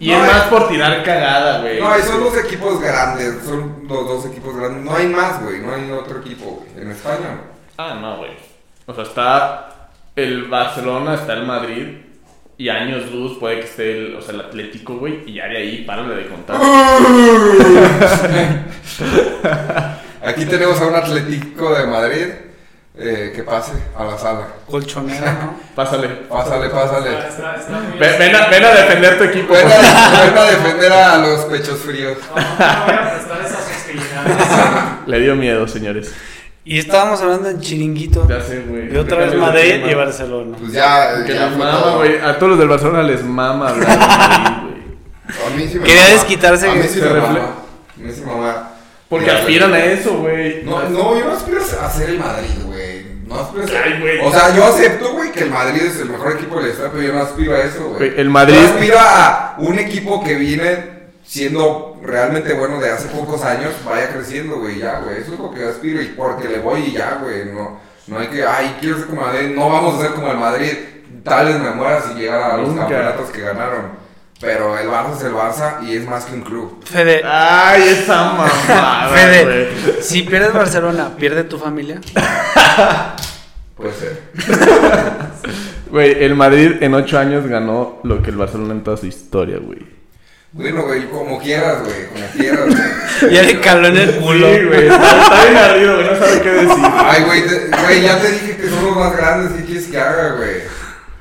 Speaker 3: Y
Speaker 1: No,
Speaker 3: es
Speaker 1: eh.
Speaker 3: más por tirar cagada, güey.
Speaker 1: No, y son los equipos grandes. Son los dos equipos grandes. No hay más, güey. No hay otro equipo, güey. En España, güey.
Speaker 3: Ah, no, güey. O sea, está el Barcelona, está el Madrid. Y años luz puede que esté el, o sea, el Atlético, güey. Y ya de ahí, párale de contar.
Speaker 1: Aquí tenemos a un Atlético de Madrid eh, que pase a la sala.
Speaker 2: Colchonera, ¿no?
Speaker 3: Pásale.
Speaker 1: Pásale, pásale.
Speaker 5: Está- está muy-
Speaker 3: Ven, ven a, ven a defender tu equipo,
Speaker 1: Ven
Speaker 3: güey.
Speaker 1: a, ven a defender a los pechos fríos.
Speaker 5: No, no voy a prestar esas hostilidades.
Speaker 3: Le dio miedo, señores.
Speaker 2: Y estábamos hablando en chiringuito.
Speaker 3: Ya sé, güey.
Speaker 2: Y otra vez Madrid y Barcelona.
Speaker 1: Pues ya,
Speaker 3: Que
Speaker 1: ya
Speaker 3: les
Speaker 1: fue
Speaker 3: mama,
Speaker 1: todo.
Speaker 3: güey. A todos los del Barcelona les mama hablar de Madrid, güey.
Speaker 1: A mí sí me
Speaker 2: Quería
Speaker 1: mama.
Speaker 2: desquitarse
Speaker 1: A mí
Speaker 2: que
Speaker 1: sí
Speaker 3: se
Speaker 1: me
Speaker 3: refle-
Speaker 1: mama. A mí sí me mama.
Speaker 3: Porque
Speaker 1: Mira,
Speaker 3: aspiran a
Speaker 1: güey.
Speaker 3: eso, güey.
Speaker 1: No, no, yo no aspiro a ser el Madrid, güey. No aspiro a ser.
Speaker 3: Ay, güey.
Speaker 1: O sea, yo acepto, güey, que el Madrid es el mejor equipo de la historia, pero yo no aspiro a eso, güey.
Speaker 3: Güey, el Madrid-
Speaker 1: Yo aspiro a un equipo que viene siendo realmente bueno de hace pocos años, vaya creciendo, güey, ya, güey. Eso es lo que yo aspiro y porque le voy y ya, güey. No, no hay que, ay, quiero ser como Madrid, no vamos a ser como el Madrid. Tal vez me muera si llegara a los
Speaker 3: Nunca.
Speaker 1: campeonatos que ganaron. Pero el Barça es el Barça y es más que un club.
Speaker 2: Fede,
Speaker 3: Ay, esa mamada.
Speaker 2: Fede,
Speaker 3: Ah, güey.
Speaker 2: si pierdes Barcelona, ¿pierde tu familia?
Speaker 1: Puede ser.
Speaker 3: Güey, el Madrid en 8 años ganó lo que el Barcelona en toda su historia, güey.
Speaker 1: Bueno, güey, como quieras, güey, como quieras, güey.
Speaker 2: Ya le caló en el culo.
Speaker 3: Sí, güey. Está está bien ardido, güey. No sabe qué decir.
Speaker 1: Ay, güey, te- güey, ya te dije que son los más grandes y quieres que haga, güey.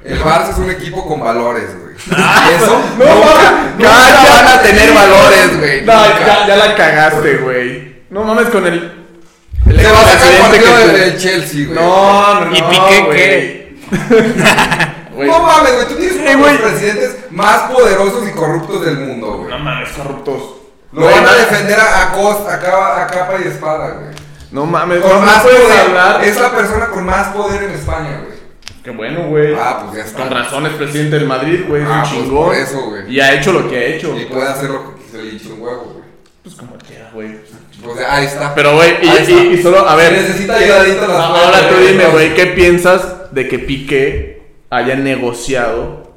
Speaker 1: El Barça es un equipo con valores, güey.
Speaker 3: Ah,
Speaker 1: Y eso
Speaker 3: no,
Speaker 1: nunca,
Speaker 3: no,
Speaker 1: nunca
Speaker 3: no,
Speaker 1: van a
Speaker 3: no.
Speaker 1: tener valores, güey.
Speaker 3: No,
Speaker 1: nunca.
Speaker 3: ya, ya la cagaste, güey. No mames con el. el
Speaker 1: Te va a sacar el
Speaker 3: expresidente
Speaker 1: partido
Speaker 3: que
Speaker 1: del
Speaker 3: te-
Speaker 1: del Chelsea, güey.
Speaker 3: No, no,
Speaker 2: ¿Y
Speaker 3: no,
Speaker 2: Piqué
Speaker 3: güey.
Speaker 2: qué?
Speaker 3: Güey,
Speaker 1: No mames, güey, tú tienes uno
Speaker 3: Eh,
Speaker 1: de los
Speaker 3: güey.
Speaker 1: presidentes más poderosos y corruptos del mundo, güey.
Speaker 3: No mames, corruptos.
Speaker 1: Lo van a defender a, a costa, a, capa- a capa y espada, güey.
Speaker 3: No mames,
Speaker 1: Con
Speaker 3: no,
Speaker 1: más
Speaker 3: puedes
Speaker 1: poder,
Speaker 3: hablar.
Speaker 1: es la persona con más poder en España, güey.
Speaker 3: Qué bueno, güey.
Speaker 1: Ah, pues ya está.
Speaker 3: Con razón es presidente del Madrid, güey. Es
Speaker 1: Ah,
Speaker 3: un
Speaker 1: pues
Speaker 3: chingón.
Speaker 1: por eso, güey.
Speaker 3: Y ha hecho lo que ha hecho.
Speaker 1: Y puede hacer lo que se le hinche un huevo, güey.
Speaker 3: Pues como quiera, güey.
Speaker 1: O sea, Pues ahí está.
Speaker 3: Pero, güey, y,
Speaker 1: Ahí está.
Speaker 3: y- y solo, a ver.
Speaker 1: Se necesita ayudadita las
Speaker 3: Ah, Ahora
Speaker 1: patas,
Speaker 3: tú dime, güey, ¿qué piensas de que Piqué haya negociado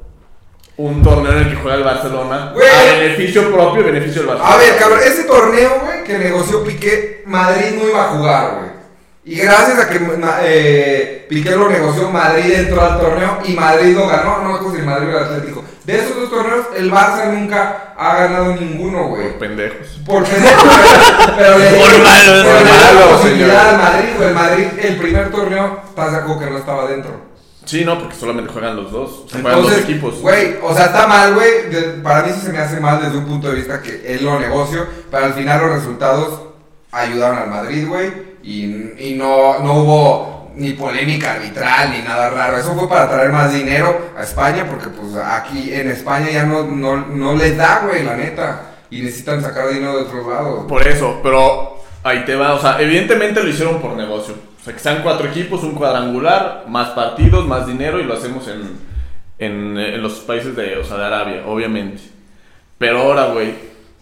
Speaker 3: un torneo en el que juega el Barcelona
Speaker 1: Güey.
Speaker 3: a beneficio propio y beneficio del Barcelona?
Speaker 1: A ver, cabrón, ese torneo, güey, que negoció Piqué, Madrid no iba a jugar, güey. Y gracias a que na- eh, Piqué lo negoció, Madrid entró al torneo y Madrid lo ganó. No me acuerdo si Madrid o el Atlético. De esos dos torneos, el Barça nunca ha ganado ninguno, güey.
Speaker 3: Pendejos.
Speaker 1: Por pendejo, güey, pero le
Speaker 2: Por malo,
Speaker 1: pero
Speaker 2: por
Speaker 1: le dio la
Speaker 3: malo,
Speaker 1: posibilidad
Speaker 3: señor.
Speaker 1: al Madrid, güey. El Madrid, el primer torneo, estás de acuerdo que no estaba dentro.
Speaker 3: Sí, no, porque solamente juegan los dos. O sea, juegan
Speaker 1: Entonces,
Speaker 3: los equipos.
Speaker 1: Güey, o sea, está mal, güey. de- Para mí sí se me hace mal desde un punto de vista que él lo negocio, pero al final los resultados ayudaron al Madrid, güey. Y, y no, no hubo ni polémica arbitral ni nada raro. Eso fue para traer más dinero a España, porque pues aquí en España ya no, no, no les da, güey, la neta. Y necesitan sacar dinero de otros lados.
Speaker 3: Por eso, pero ahí te va. O sea, evidentemente lo hicieron por negocio. O sea, que sean cuatro equipos, un cuadrangular, más partidos, más dinero y lo hacemos en, en, eh, en los países de, o sea, de Arabia, obviamente. Pero ahora, güey,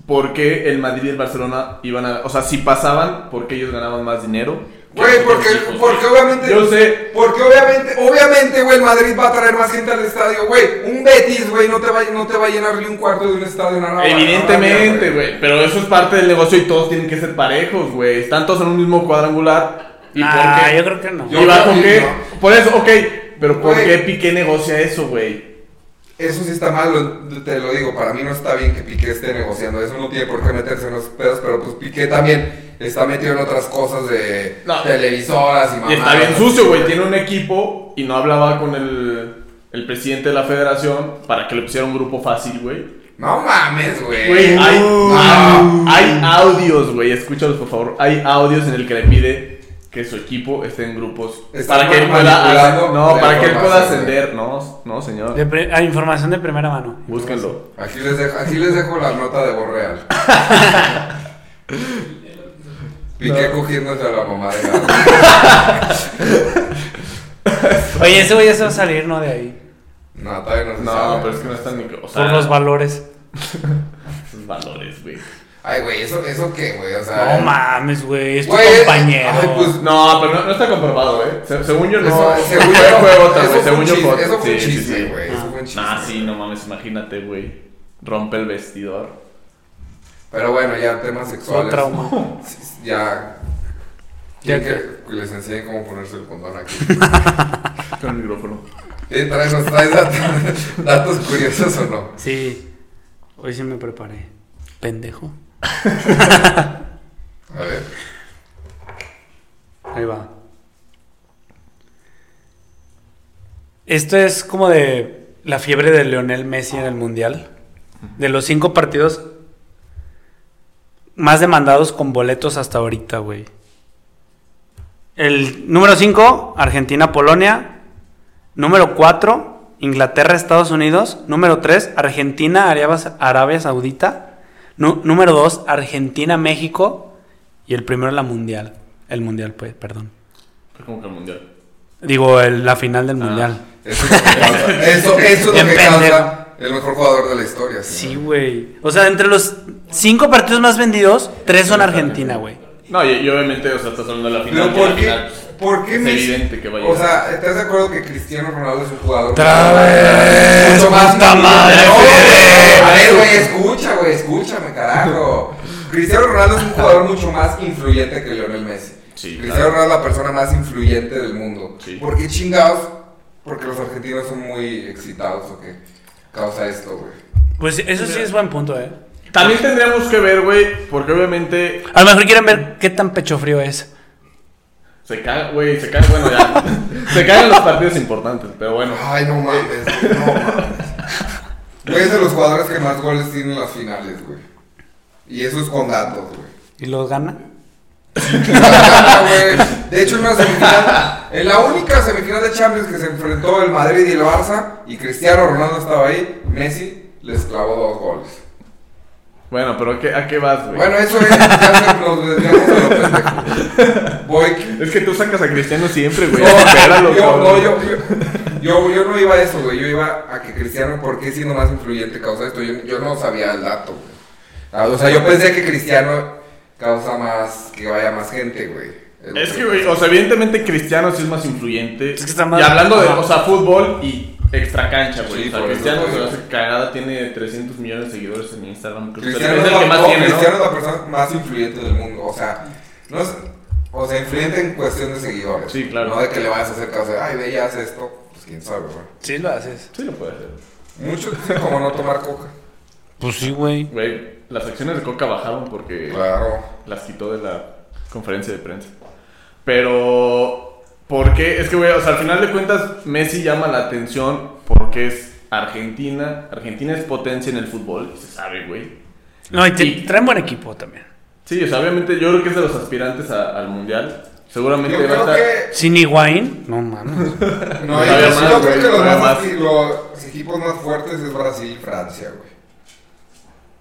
Speaker 3: ¿por qué el Madrid y el Barcelona iban a... O sea, si pasaban, ¿por qué ellos ganaban más dinero? que
Speaker 1: Güey,
Speaker 3: los otros
Speaker 1: porque,
Speaker 3: equipos?
Speaker 1: porque obviamente.
Speaker 3: Yo sé,
Speaker 1: Porque obviamente, obviamente, güey, el Madrid va a traer más gente al estadio, güey. Un Betis, güey, no te va, no te va a llenar ni un cuarto de un estadio en Arabia. ah,
Speaker 3: Evidentemente, güey. Pero eso es parte del negocio y todos tienen que ser parejos, güey. Están todos en un mismo cuadrangular. ¿Y por
Speaker 2: Nah,
Speaker 3: qué?
Speaker 2: Ah, yo creo que no.
Speaker 1: Yo
Speaker 3: ¿Y bajo
Speaker 1: creo que
Speaker 3: qué?
Speaker 1: no.
Speaker 3: Por eso, ok. Pero ¿por
Speaker 1: Güey.
Speaker 3: qué Piqué negocia eso, güey?
Speaker 1: Eso sí está mal, lo- te lo digo. Para mí no está bien que Piqué esté negociando. Eso no tiene por qué meterse en los pedos, pero pues Piqué también está metido en otras cosas de
Speaker 3: No.
Speaker 1: televisoras y
Speaker 3: Y
Speaker 1: mamadas.
Speaker 3: está bien sucio, güey. Tiene un equipo y no hablaba con el, el presidente de la federación para que le pusiera un grupo fácil, güey.
Speaker 1: No mames, güey.
Speaker 3: Güey, hay,
Speaker 1: No.
Speaker 3: hay- hay audios, güey. Escúchalos, por favor. Hay audios en el que le pide que su equipo esté en grupos.
Speaker 1: Está
Speaker 3: para que él pueda.
Speaker 1: manipulando
Speaker 3: No,
Speaker 1: la
Speaker 3: para que él pueda
Speaker 1: información,
Speaker 3: ascender. No, no, señor.
Speaker 2: De pri- ah, información de primera mano.
Speaker 3: Búsquenlo.
Speaker 1: Aquí les, dejo, aquí les dejo la nota de Borreal. Piqué cogiéndose a la mamá de la...
Speaker 2: Oye, ese güey ya se va a salir, ¿no? De ahí.
Speaker 1: No, todavía no se sabe.
Speaker 3: No, pero es que no está en micro. O sea,
Speaker 2: Por los valores.
Speaker 3: esos valores, güey.
Speaker 1: Ay, güey, ¿eso, eso qué, güey? O sea...
Speaker 3: Ah.
Speaker 2: No mames, güey. Es tu
Speaker 1: Güey,
Speaker 2: compañero.
Speaker 1: ay, pues,
Speaker 3: No, pero no, no está comprobado, ¿eh? Se- según yo no.
Speaker 1: eso- según
Speaker 3: Fue-
Speaker 1: yo,
Speaker 3: fue otra, güey.
Speaker 1: eso fue un
Speaker 3: Según yo fue
Speaker 1: chiste,
Speaker 3: otra.
Speaker 1: Eso fue un
Speaker 3: Sí, sí,
Speaker 1: chiste,
Speaker 3: sí.
Speaker 1: güey. Eso fue un chiste.
Speaker 3: Nah, Ah, sí, no mames, imagínate, güey. Rompe el vestidor.
Speaker 1: Pero bueno, ya temas
Speaker 2: Otro
Speaker 1: sexuales.
Speaker 2: trauma.
Speaker 1: Sí, sí, Ya...
Speaker 2: Ya
Speaker 1: Quieren que les enseñen cómo ponerse el condón aquí.
Speaker 3: Con el micrófono.
Speaker 1: Eh, traes- ¿Nos traes datos, datos curiosos o no?
Speaker 2: Sí. Hoy sí me preparé. Pendejo.
Speaker 1: A ver.
Speaker 2: Ahí va. Esto es como de la fiebre de Leonel Messi en el Mundial. De los cinco partidos más demandados con boletos hasta ahorita, güey. El número 5, Argentina-Polonia. Número 4, Inglaterra-Estados Unidos. Número 3, Argentina-Arabia Saudita. Nu- número 2, Argentina-México. Y el primero, la Mundial. El Mundial, pues, perdón.
Speaker 3: Fue como que el mundial.
Speaker 2: Digo, el- la final del Mundial.
Speaker 1: Eso es lo que causa. Eso, eso es lo
Speaker 2: Bien
Speaker 1: que
Speaker 2: pendejo.
Speaker 1: causa El mejor jugador de la historia.
Speaker 2: Sí, güey. O sea, entre los cinco partidos más vendidos, tres son Argentina, güey.
Speaker 3: No, y, y obviamente, o sea, estás hablando de la final.
Speaker 1: Pero
Speaker 3: que
Speaker 1: ¿por
Speaker 3: la
Speaker 1: qué?
Speaker 3: final, pues,
Speaker 1: ¿Por qué
Speaker 3: es
Speaker 1: Messi?
Speaker 3: evidente que va a
Speaker 1: O
Speaker 3: llegar.
Speaker 1: sea, ¿estás de acuerdo que Cristiano Ronaldo es un jugador?
Speaker 2: Otra vez,
Speaker 1: Mucho
Speaker 2: puta madre,
Speaker 1: No,
Speaker 2: Fede.
Speaker 1: a ver, güey, escucha, güey, escúchame, carajo. Cristiano Ronaldo es un jugador mucho más influyente que Lionel Messi.
Speaker 3: Sí,
Speaker 1: Cristiano
Speaker 3: claro.
Speaker 1: Ronaldo es la persona más influyente del mundo.
Speaker 3: Sí.
Speaker 1: ¿Por qué chingados? Porque los argentinos son muy excitados o qué causa esto, güey.
Speaker 2: Pues eso sí es buen punto, eh.
Speaker 3: También tendríamos que ver, güey, porque obviamente
Speaker 2: A lo mejor quieren ver qué tan pecho frío es.
Speaker 3: se caga, güey, se caga, bueno, ya. se cagan los partidos importantes, pero bueno.
Speaker 1: Ay, no mames, güey, no mames. Güey, es de los jugadores que más goles tienen en las finales, güey. Y eso es con datos, güey.
Speaker 2: ¿Y los gana?
Speaker 1: güey. De hecho, en una semifinal, en la única semifinal de Champions que se enfrentó el Madrid y el Barça, y Cristiano Ronaldo estaba ahí, Messi les clavó dos goles.
Speaker 3: Bueno, pero ¿a qué, a qué vas, güey?
Speaker 1: Bueno, eso es, ya se- nos desviamos a lo pendejo. Voy.
Speaker 3: es que tú sacas a Cristiano siempre, güey.
Speaker 1: No,
Speaker 3: Supéralo,
Speaker 1: yo,
Speaker 3: cabrón.
Speaker 1: no, yo, yo, yo- yo no iba a eso, güey. Yo iba a que Cristiano, ¿por qué siendo más influyente causa esto? Yo, yo no sabía el dato, güey. Ah, O sea, yo pensé que Cristiano causa más, que vaya más gente, güey. lo
Speaker 3: Es que, güey, o sea, evidentemente Cristiano sí es más influyente.
Speaker 2: Es que está más-
Speaker 3: Y hablando de,
Speaker 2: Ajá.
Speaker 3: o sea, fútbol y extra cancha, güey.
Speaker 1: Sí,
Speaker 3: o sea,
Speaker 1: por eso,
Speaker 3: Cristiano
Speaker 1: güey.
Speaker 3: se hace cagada, tiene 300 millones de seguidores en Instagram. Creo que
Speaker 1: Cristiano
Speaker 3: es
Speaker 1: es,
Speaker 3: el
Speaker 1: la,
Speaker 3: que más
Speaker 1: no,
Speaker 3: tiene, ¿no?
Speaker 1: Cristiano es la persona más influyente del mundo. O sea, no es, o sea, influyente en cuestión de seguidores.
Speaker 3: Sí, claro.
Speaker 1: No de que le vayas a hacer caso de, ay, ve, ya hace esto. Pues quién sabe, güey.
Speaker 2: Sí, lo haces.
Speaker 3: Sí lo puede hacer.
Speaker 1: Mucho sí, como no tomar coca.
Speaker 2: Pues sí, güey.
Speaker 3: Güey, las acciones de Coca bajaron porque
Speaker 1: Claro.
Speaker 3: las quitó de la conferencia de prensa. Pero, ¿por qué? Es que, güey, o sea, al final de cuentas, Messi llama la atención porque es Argentina. Argentina es potencia en el fútbol, y se sabe, güey.
Speaker 2: No, y te-
Speaker 3: Y-
Speaker 2: traen buen equipo también.
Speaker 3: Sí, o sea, obviamente yo creo que es de los aspirantes a- al mundial. Seguramente
Speaker 1: Yo
Speaker 3: va a
Speaker 1: creo
Speaker 3: estar.
Speaker 1: que.
Speaker 2: Sin Higuaín, no mames.
Speaker 1: No, yo,
Speaker 3: Todavía
Speaker 1: yo
Speaker 3: más,
Speaker 1: creo
Speaker 3: güey,
Speaker 1: que los,
Speaker 3: todavía
Speaker 1: más-
Speaker 3: más.
Speaker 1: los equipos más fuertes es Brasil y Francia, güey.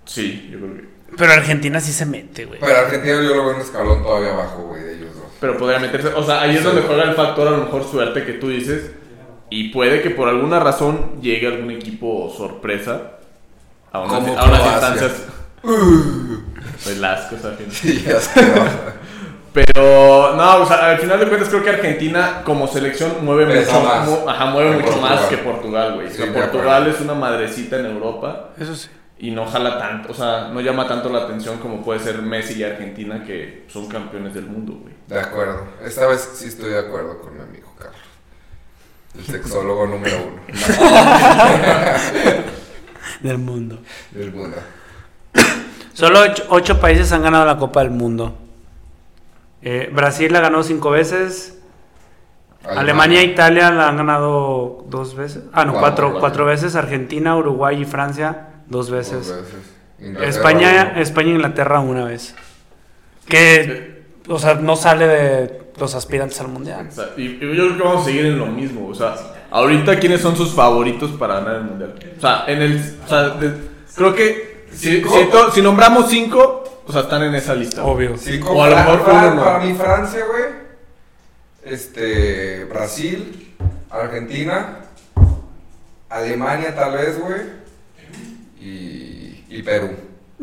Speaker 3: Sí, yo creo que.
Speaker 2: Pero Argentina sí se mete, güey.
Speaker 1: Pero Argentina yo lo veo un escalón todavía abajo, güey, de ellos dos.
Speaker 3: Pero podría meterse. O sea, ahí es donde juega el factor, a lo mejor suerte que tú dices. Y puede que por alguna razón llegue algún equipo sorpresa a unas,
Speaker 1: Como
Speaker 3: a unas
Speaker 1: Croacia.
Speaker 3: instancias. Soy las cosas al final.
Speaker 1: Sí, ya sé, ¿no?
Speaker 3: Pero, no, o sea, al final de cuentas creo que Argentina como selección mueve
Speaker 1: Pesa
Speaker 3: mucho
Speaker 1: más.
Speaker 3: mu- ajá, mueve
Speaker 1: Que
Speaker 3: mucho más
Speaker 1: Portugal.
Speaker 3: que Portugal, güey. O sea,
Speaker 1: Sí, de
Speaker 3: Portugal
Speaker 1: acuerdo.
Speaker 3: es una madrecita en Europa.
Speaker 2: Eso sí.
Speaker 3: y no jala tanto, o sea, no llama tanto la atención como puede ser Messi y Argentina que son campeones del mundo, güey.
Speaker 1: De acuerdo. Esta vez sí estoy de acuerdo con mi amigo Carlos. El sexólogo número uno.
Speaker 2: Del mundo.
Speaker 1: Del Buda.
Speaker 2: Solo ocho, ocho países han ganado la Copa del Mundo. Eh, Brasil la ganó cinco veces. Alemania e Italia la han ganado dos veces. Ah, no,
Speaker 1: Cuatro,
Speaker 2: cuatro,
Speaker 1: cuatro.
Speaker 2: cuatro, veces. Argentina, Uruguay y Francia dos
Speaker 1: dos
Speaker 2: veces.
Speaker 1: Inglaterra,
Speaker 2: España,
Speaker 1: uno.
Speaker 2: España e Inglaterra una vez. Que, o sea, no sale de los aspirantes al mundial.
Speaker 3: O sea, y, y yo creo que vamos a seguir en lo mismo, o sea, ahorita quiénes son sus favoritos para ganar el mundial. O sea, en el, o sea, de- creo que si,
Speaker 1: Cinco. Oh.
Speaker 3: si to- si nombramos cinco, o sea, están en esa lista. güey.
Speaker 2: Obvio.
Speaker 1: Sí,
Speaker 3: O a lo mejor fue
Speaker 1: para,
Speaker 3: uno.
Speaker 1: para mí Francia, güey. Este, Brasil, Argentina, Alemania tal vez, güey. Y, y Perú.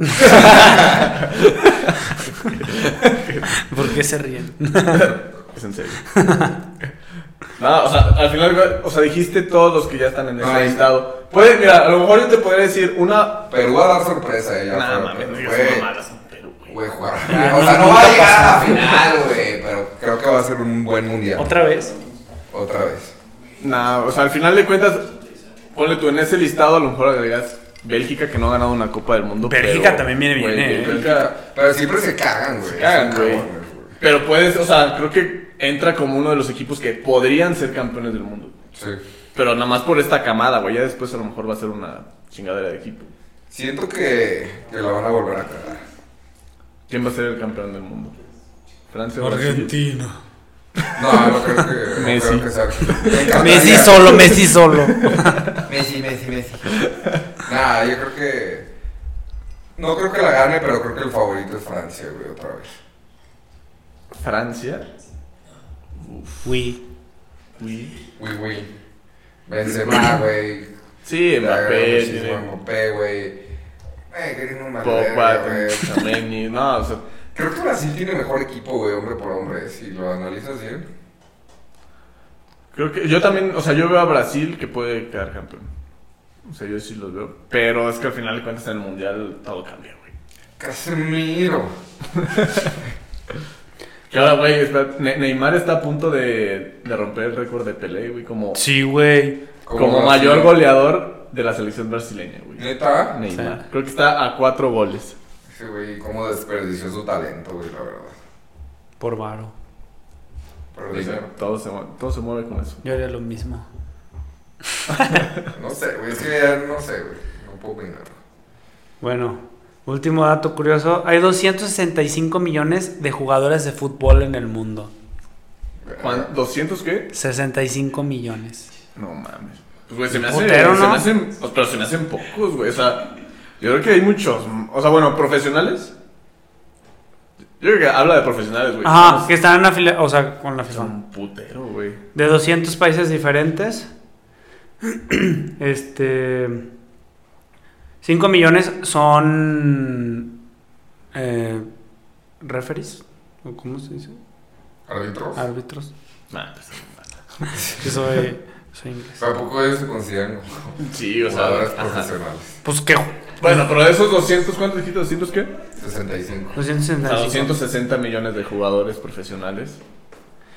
Speaker 2: ¿Por qué se ríen?
Speaker 3: Es en serio. No, o sea, al final, o sea, dijiste todos los que ya están en ese
Speaker 1: Ay.
Speaker 3: listado. Puedes, mira, a lo mejor yo te podría decir una...
Speaker 1: Perú va a dar sorpresa, eh, ella.
Speaker 3: Nah, mames, no digas
Speaker 1: güey.
Speaker 3: mamadas, Perú, güey.
Speaker 1: Güey, jugar. O sea, no va a llegar a la final, güey. Pero creo que va a ser un buen mundial.
Speaker 2: ¿Otra vez?
Speaker 1: Otra vez.
Speaker 3: Nah, o sea, al final de cuentas, ponle tú en ese listado, a lo mejor agregas Bélgica que no ha ganado una Copa del Mundo.
Speaker 2: Bélgica también viene bien,
Speaker 3: güey,
Speaker 2: eh.
Speaker 3: Bélgica-
Speaker 1: Pero siempre se cagan, güey.
Speaker 3: cagan,
Speaker 1: Son
Speaker 3: güey.
Speaker 1: cabrones, güey.
Speaker 3: Pero puedes, o sea, creo que entra como uno de los equipos que podrían ser campeones del mundo.
Speaker 1: Sí.
Speaker 3: Pero nada más por esta camada, güey. Ya después a lo mejor va a ser una chingadera de equipo.
Speaker 1: Siento que, que la van a volver a cagar.
Speaker 3: ¿Quién va a ser el campeón del mundo? Francia o Brasil.
Speaker 1: No, no creo que,
Speaker 3: Messi.
Speaker 1: No creo que sea. Me encantaría.
Speaker 2: Messi solo, Messi solo.
Speaker 1: Messi, Messi, Messi. Nah, yo creo que. No creo que la gane, pero creo que el favorito es Francia, güey, otra vez.
Speaker 3: Francia.
Speaker 2: Uy.
Speaker 3: Uy.
Speaker 1: Uy, uy. Benzema, güey.
Speaker 3: Sí, Mbappé,
Speaker 1: tiene.
Speaker 3: tiene
Speaker 1: Mbappé, güey. Eh, que tiene un
Speaker 3: Pogba,
Speaker 1: Valverde,
Speaker 3: tiene
Speaker 1: güey.
Speaker 3: Chameni, no, o sea,
Speaker 1: Creo que Brasil tiene mejor equipo, güey, hombre por hombre. Si lo analizas bien.
Speaker 3: creo que yo también, o sea, yo veo a Brasil que puede quedar campeón. O sea, yo sí los veo, pero es que al final de cuentas en el mundial todo cambia, güey.
Speaker 1: Casemiro.
Speaker 3: Que ahora, güey, espera, Ne- Neymar está a punto de, de romper el récord de Pelé, güey, como,
Speaker 2: Sí, güey.
Speaker 3: como mayor goleador de la selección brasileña, güey.
Speaker 1: Neta,
Speaker 3: Neymar. Creo que está a cuatro goles.
Speaker 1: ese güey, cómo desperdició su talento, güey, la verdad.
Speaker 2: Por varo.
Speaker 1: Pero
Speaker 3: O sea,
Speaker 1: dinero.
Speaker 3: todo, se, mue- todo se mueve con eso.
Speaker 2: Yo haría lo mismo.
Speaker 1: No sé, güey, es que ya no sé, güey. No puedo opinar.
Speaker 2: Bueno, último dato curioso. Hay 265 millones de jugadores de fútbol en el mundo.
Speaker 3: ¿Cuán- ¿200 qué?
Speaker 2: 65 millones.
Speaker 3: No mames. Pues, güey, se me, hace,
Speaker 2: Putero,
Speaker 3: se
Speaker 2: ¿no?
Speaker 3: me hacen. o- Pero se me hacen pocos, güey. O sea, yo creo que hay muchos. O sea, bueno, profesionales. Yo creo que habla de profesionales, güey.
Speaker 2: Ajá,
Speaker 3: Son-
Speaker 2: que están en la fila, o sea, con la
Speaker 3: Son
Speaker 2: afición.
Speaker 3: un putero, güey.
Speaker 2: De 200 países diferentes. Este. 5 millones son. Eh, referees. ¿O ¿Cómo se dice?
Speaker 1: Árbitros.
Speaker 2: Árbitros.
Speaker 3: Nah, pues, no
Speaker 2: Que soy, soy inglés.
Speaker 1: Tampoco ellos se consideran
Speaker 3: mames. sí, o sea.
Speaker 1: jugadores
Speaker 3: ajá.
Speaker 1: profesionales.
Speaker 2: Pues que.
Speaker 3: Bueno, pero de esos 200, ¿cuántos dijiste? ¿200 qué?
Speaker 1: 65.
Speaker 2: 265.
Speaker 3: O sea, 260 millones de jugadores profesionales.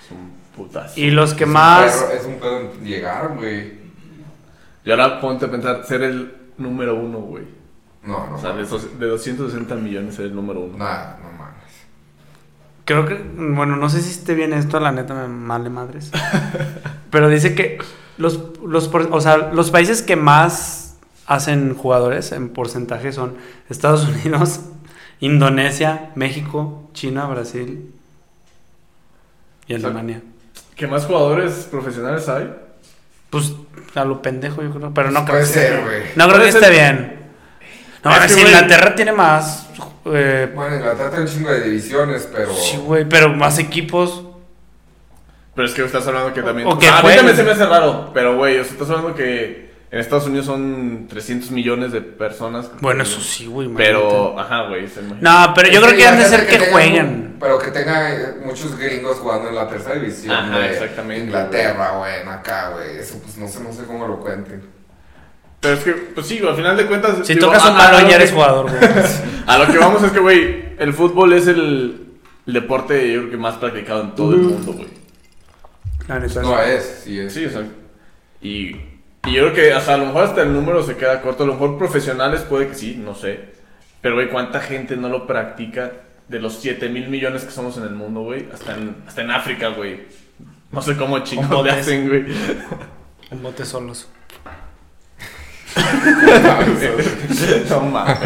Speaker 3: Es un putazo.
Speaker 2: Y los que
Speaker 1: Es un
Speaker 2: más.
Speaker 1: perro- Es un pedo en llegar, güey.
Speaker 3: Y ahora ponte a pensar, ser el número uno, güey.
Speaker 1: No, no.
Speaker 3: O sea, de, esos- de 260 millones ser el número uno.
Speaker 1: Nada, no mames.
Speaker 2: Creo que, bueno, no sé si esté bien esto, la neta me male madres. Pero dice que los, los, por- o sea, los países que más hacen jugadores en porcentaje son Estados Unidos, Indonesia, México, China, Brasil y
Speaker 3: sea,
Speaker 2: Alemania.
Speaker 3: ¿Qué más jugadores profesionales hay?
Speaker 2: Pues a lo pendejo yo creo, pero no creo que,
Speaker 1: Puede ser, güey.
Speaker 2: no creo que
Speaker 3: Puede Pues ser.
Speaker 2: esté bien. No,
Speaker 3: Es
Speaker 2: a ver,
Speaker 3: que,
Speaker 2: si
Speaker 3: güey.
Speaker 2: Inglaterra tiene más... eh,
Speaker 1: Bueno, Inglaterra tiene un chingo de divisiones, pero.
Speaker 2: sí, güey, pero más equipos.
Speaker 3: Pero es que estás hablando que también.
Speaker 2: O que
Speaker 3: Ah, a mí
Speaker 2: juegue.
Speaker 3: también se me hace raro. Pero, güey, o sea, estás hablando que en Estados Unidos son 300 millones de personas. que
Speaker 2: Bueno, eso
Speaker 3: juegan.
Speaker 2: sí, güey. imagínate.
Speaker 3: Pero, ajá, güey, se imagina.
Speaker 2: No, pero yo
Speaker 1: Es
Speaker 2: creo que han de ser
Speaker 1: Inglaterra
Speaker 2: que
Speaker 1: tenga un-
Speaker 2: jueguen.
Speaker 1: Pero que tenga eh, muchos gringos jugando en la tercera división.
Speaker 3: Ajá,
Speaker 1: de
Speaker 3: exactamente,
Speaker 1: Inglaterra, güey, en acá, güey. Eso, pues no sé, no sé cómo lo cuenten.
Speaker 3: Pero es que, pues sí, güey, al final de cuentas.
Speaker 2: Si
Speaker 3: digo, ah,
Speaker 2: tocas
Speaker 3: a-
Speaker 2: un
Speaker 3: a lo
Speaker 2: balón
Speaker 3: que-
Speaker 2: ya eres jugador, güey.
Speaker 3: A lo que vamos es que, güey, el fútbol es el, el deporte, yo creo que más practicado en todo el mundo, güey.
Speaker 2: La neta,
Speaker 1: No
Speaker 2: sí.
Speaker 1: es, sí es.
Speaker 3: Sí, o sea. Este, Y, y yo creo que hasta a lo mejor hasta el número se queda corto. A lo mejor profesionales puede que sí, no sé. Pero, güey, ¿cuánta gente no lo practica de los 7 mil millones que somos en el mundo, güey? Hasta en, hasta en África, güey. No sé cómo chingados le
Speaker 2: botes.
Speaker 3: hacen, güey.
Speaker 2: Un bote solos.
Speaker 3: no mames.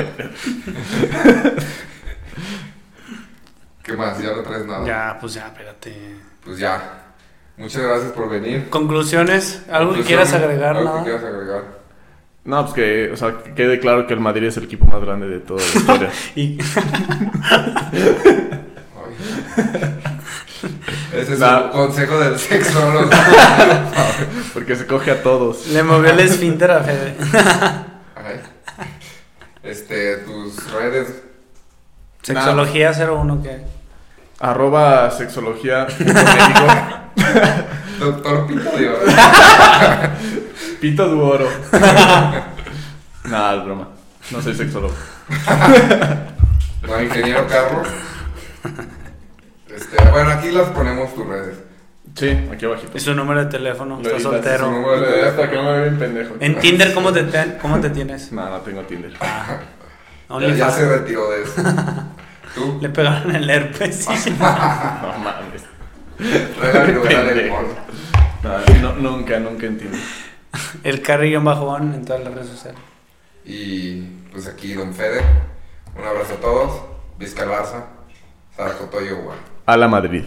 Speaker 1: ¿Qué más? Ya no traes nada.
Speaker 2: Ya, pues ya, espérate.
Speaker 1: Pues ya. Muchas gracias por venir.
Speaker 2: Conclusiones, algo que
Speaker 1: Pues,
Speaker 2: quieras
Speaker 1: ¿algo-
Speaker 2: agregar,
Speaker 1: algo que
Speaker 2: nada.
Speaker 1: quieras agregar.
Speaker 3: No, pues que, o sea, que quede claro que el Madrid es el equipo más grande de toda la historia.
Speaker 2: Y
Speaker 1: Ay. Ese es
Speaker 3: No.
Speaker 1: el consejo del sexólogo.
Speaker 3: Porque se coge a todos.
Speaker 2: le movió el esfínter a Fede.
Speaker 1: Ay. Este, tus redes.
Speaker 2: Sexología 01, ¿qué?
Speaker 3: Arroba sexología. México.
Speaker 1: Doctor Pito de Oro.
Speaker 3: Pito Duoro. Nada, es broma. No soy sexólogo.
Speaker 1: No, ingeniero Carlos. Este, bueno, aquí las ponemos tus redes.
Speaker 3: Sí, aquí abajito.
Speaker 2: Y su número de teléfono, está
Speaker 3: editas, es un
Speaker 2: soltero.
Speaker 3: número de- Hasta que no me ven pendejo.
Speaker 2: En Tinder, ¿cómo te, te- cómo te tienes?
Speaker 3: No, no tengo Tinder.
Speaker 1: Ya, ya
Speaker 2: OnlyFans.
Speaker 1: se retiró de eso. Tú,
Speaker 2: Le pegaron el herpes. sí.
Speaker 3: No mames.
Speaker 1: regalo lugar del
Speaker 3: Pendejo.
Speaker 1: mono.
Speaker 3: No, no, nunca, nunca en Tinder.
Speaker 2: El carrillón bajón en todas las redes sociales.
Speaker 1: Y pues aquí Don Fede. Un abrazo a todos. Vizca Barça. Saracotoyo, güey.
Speaker 3: A la Madrid.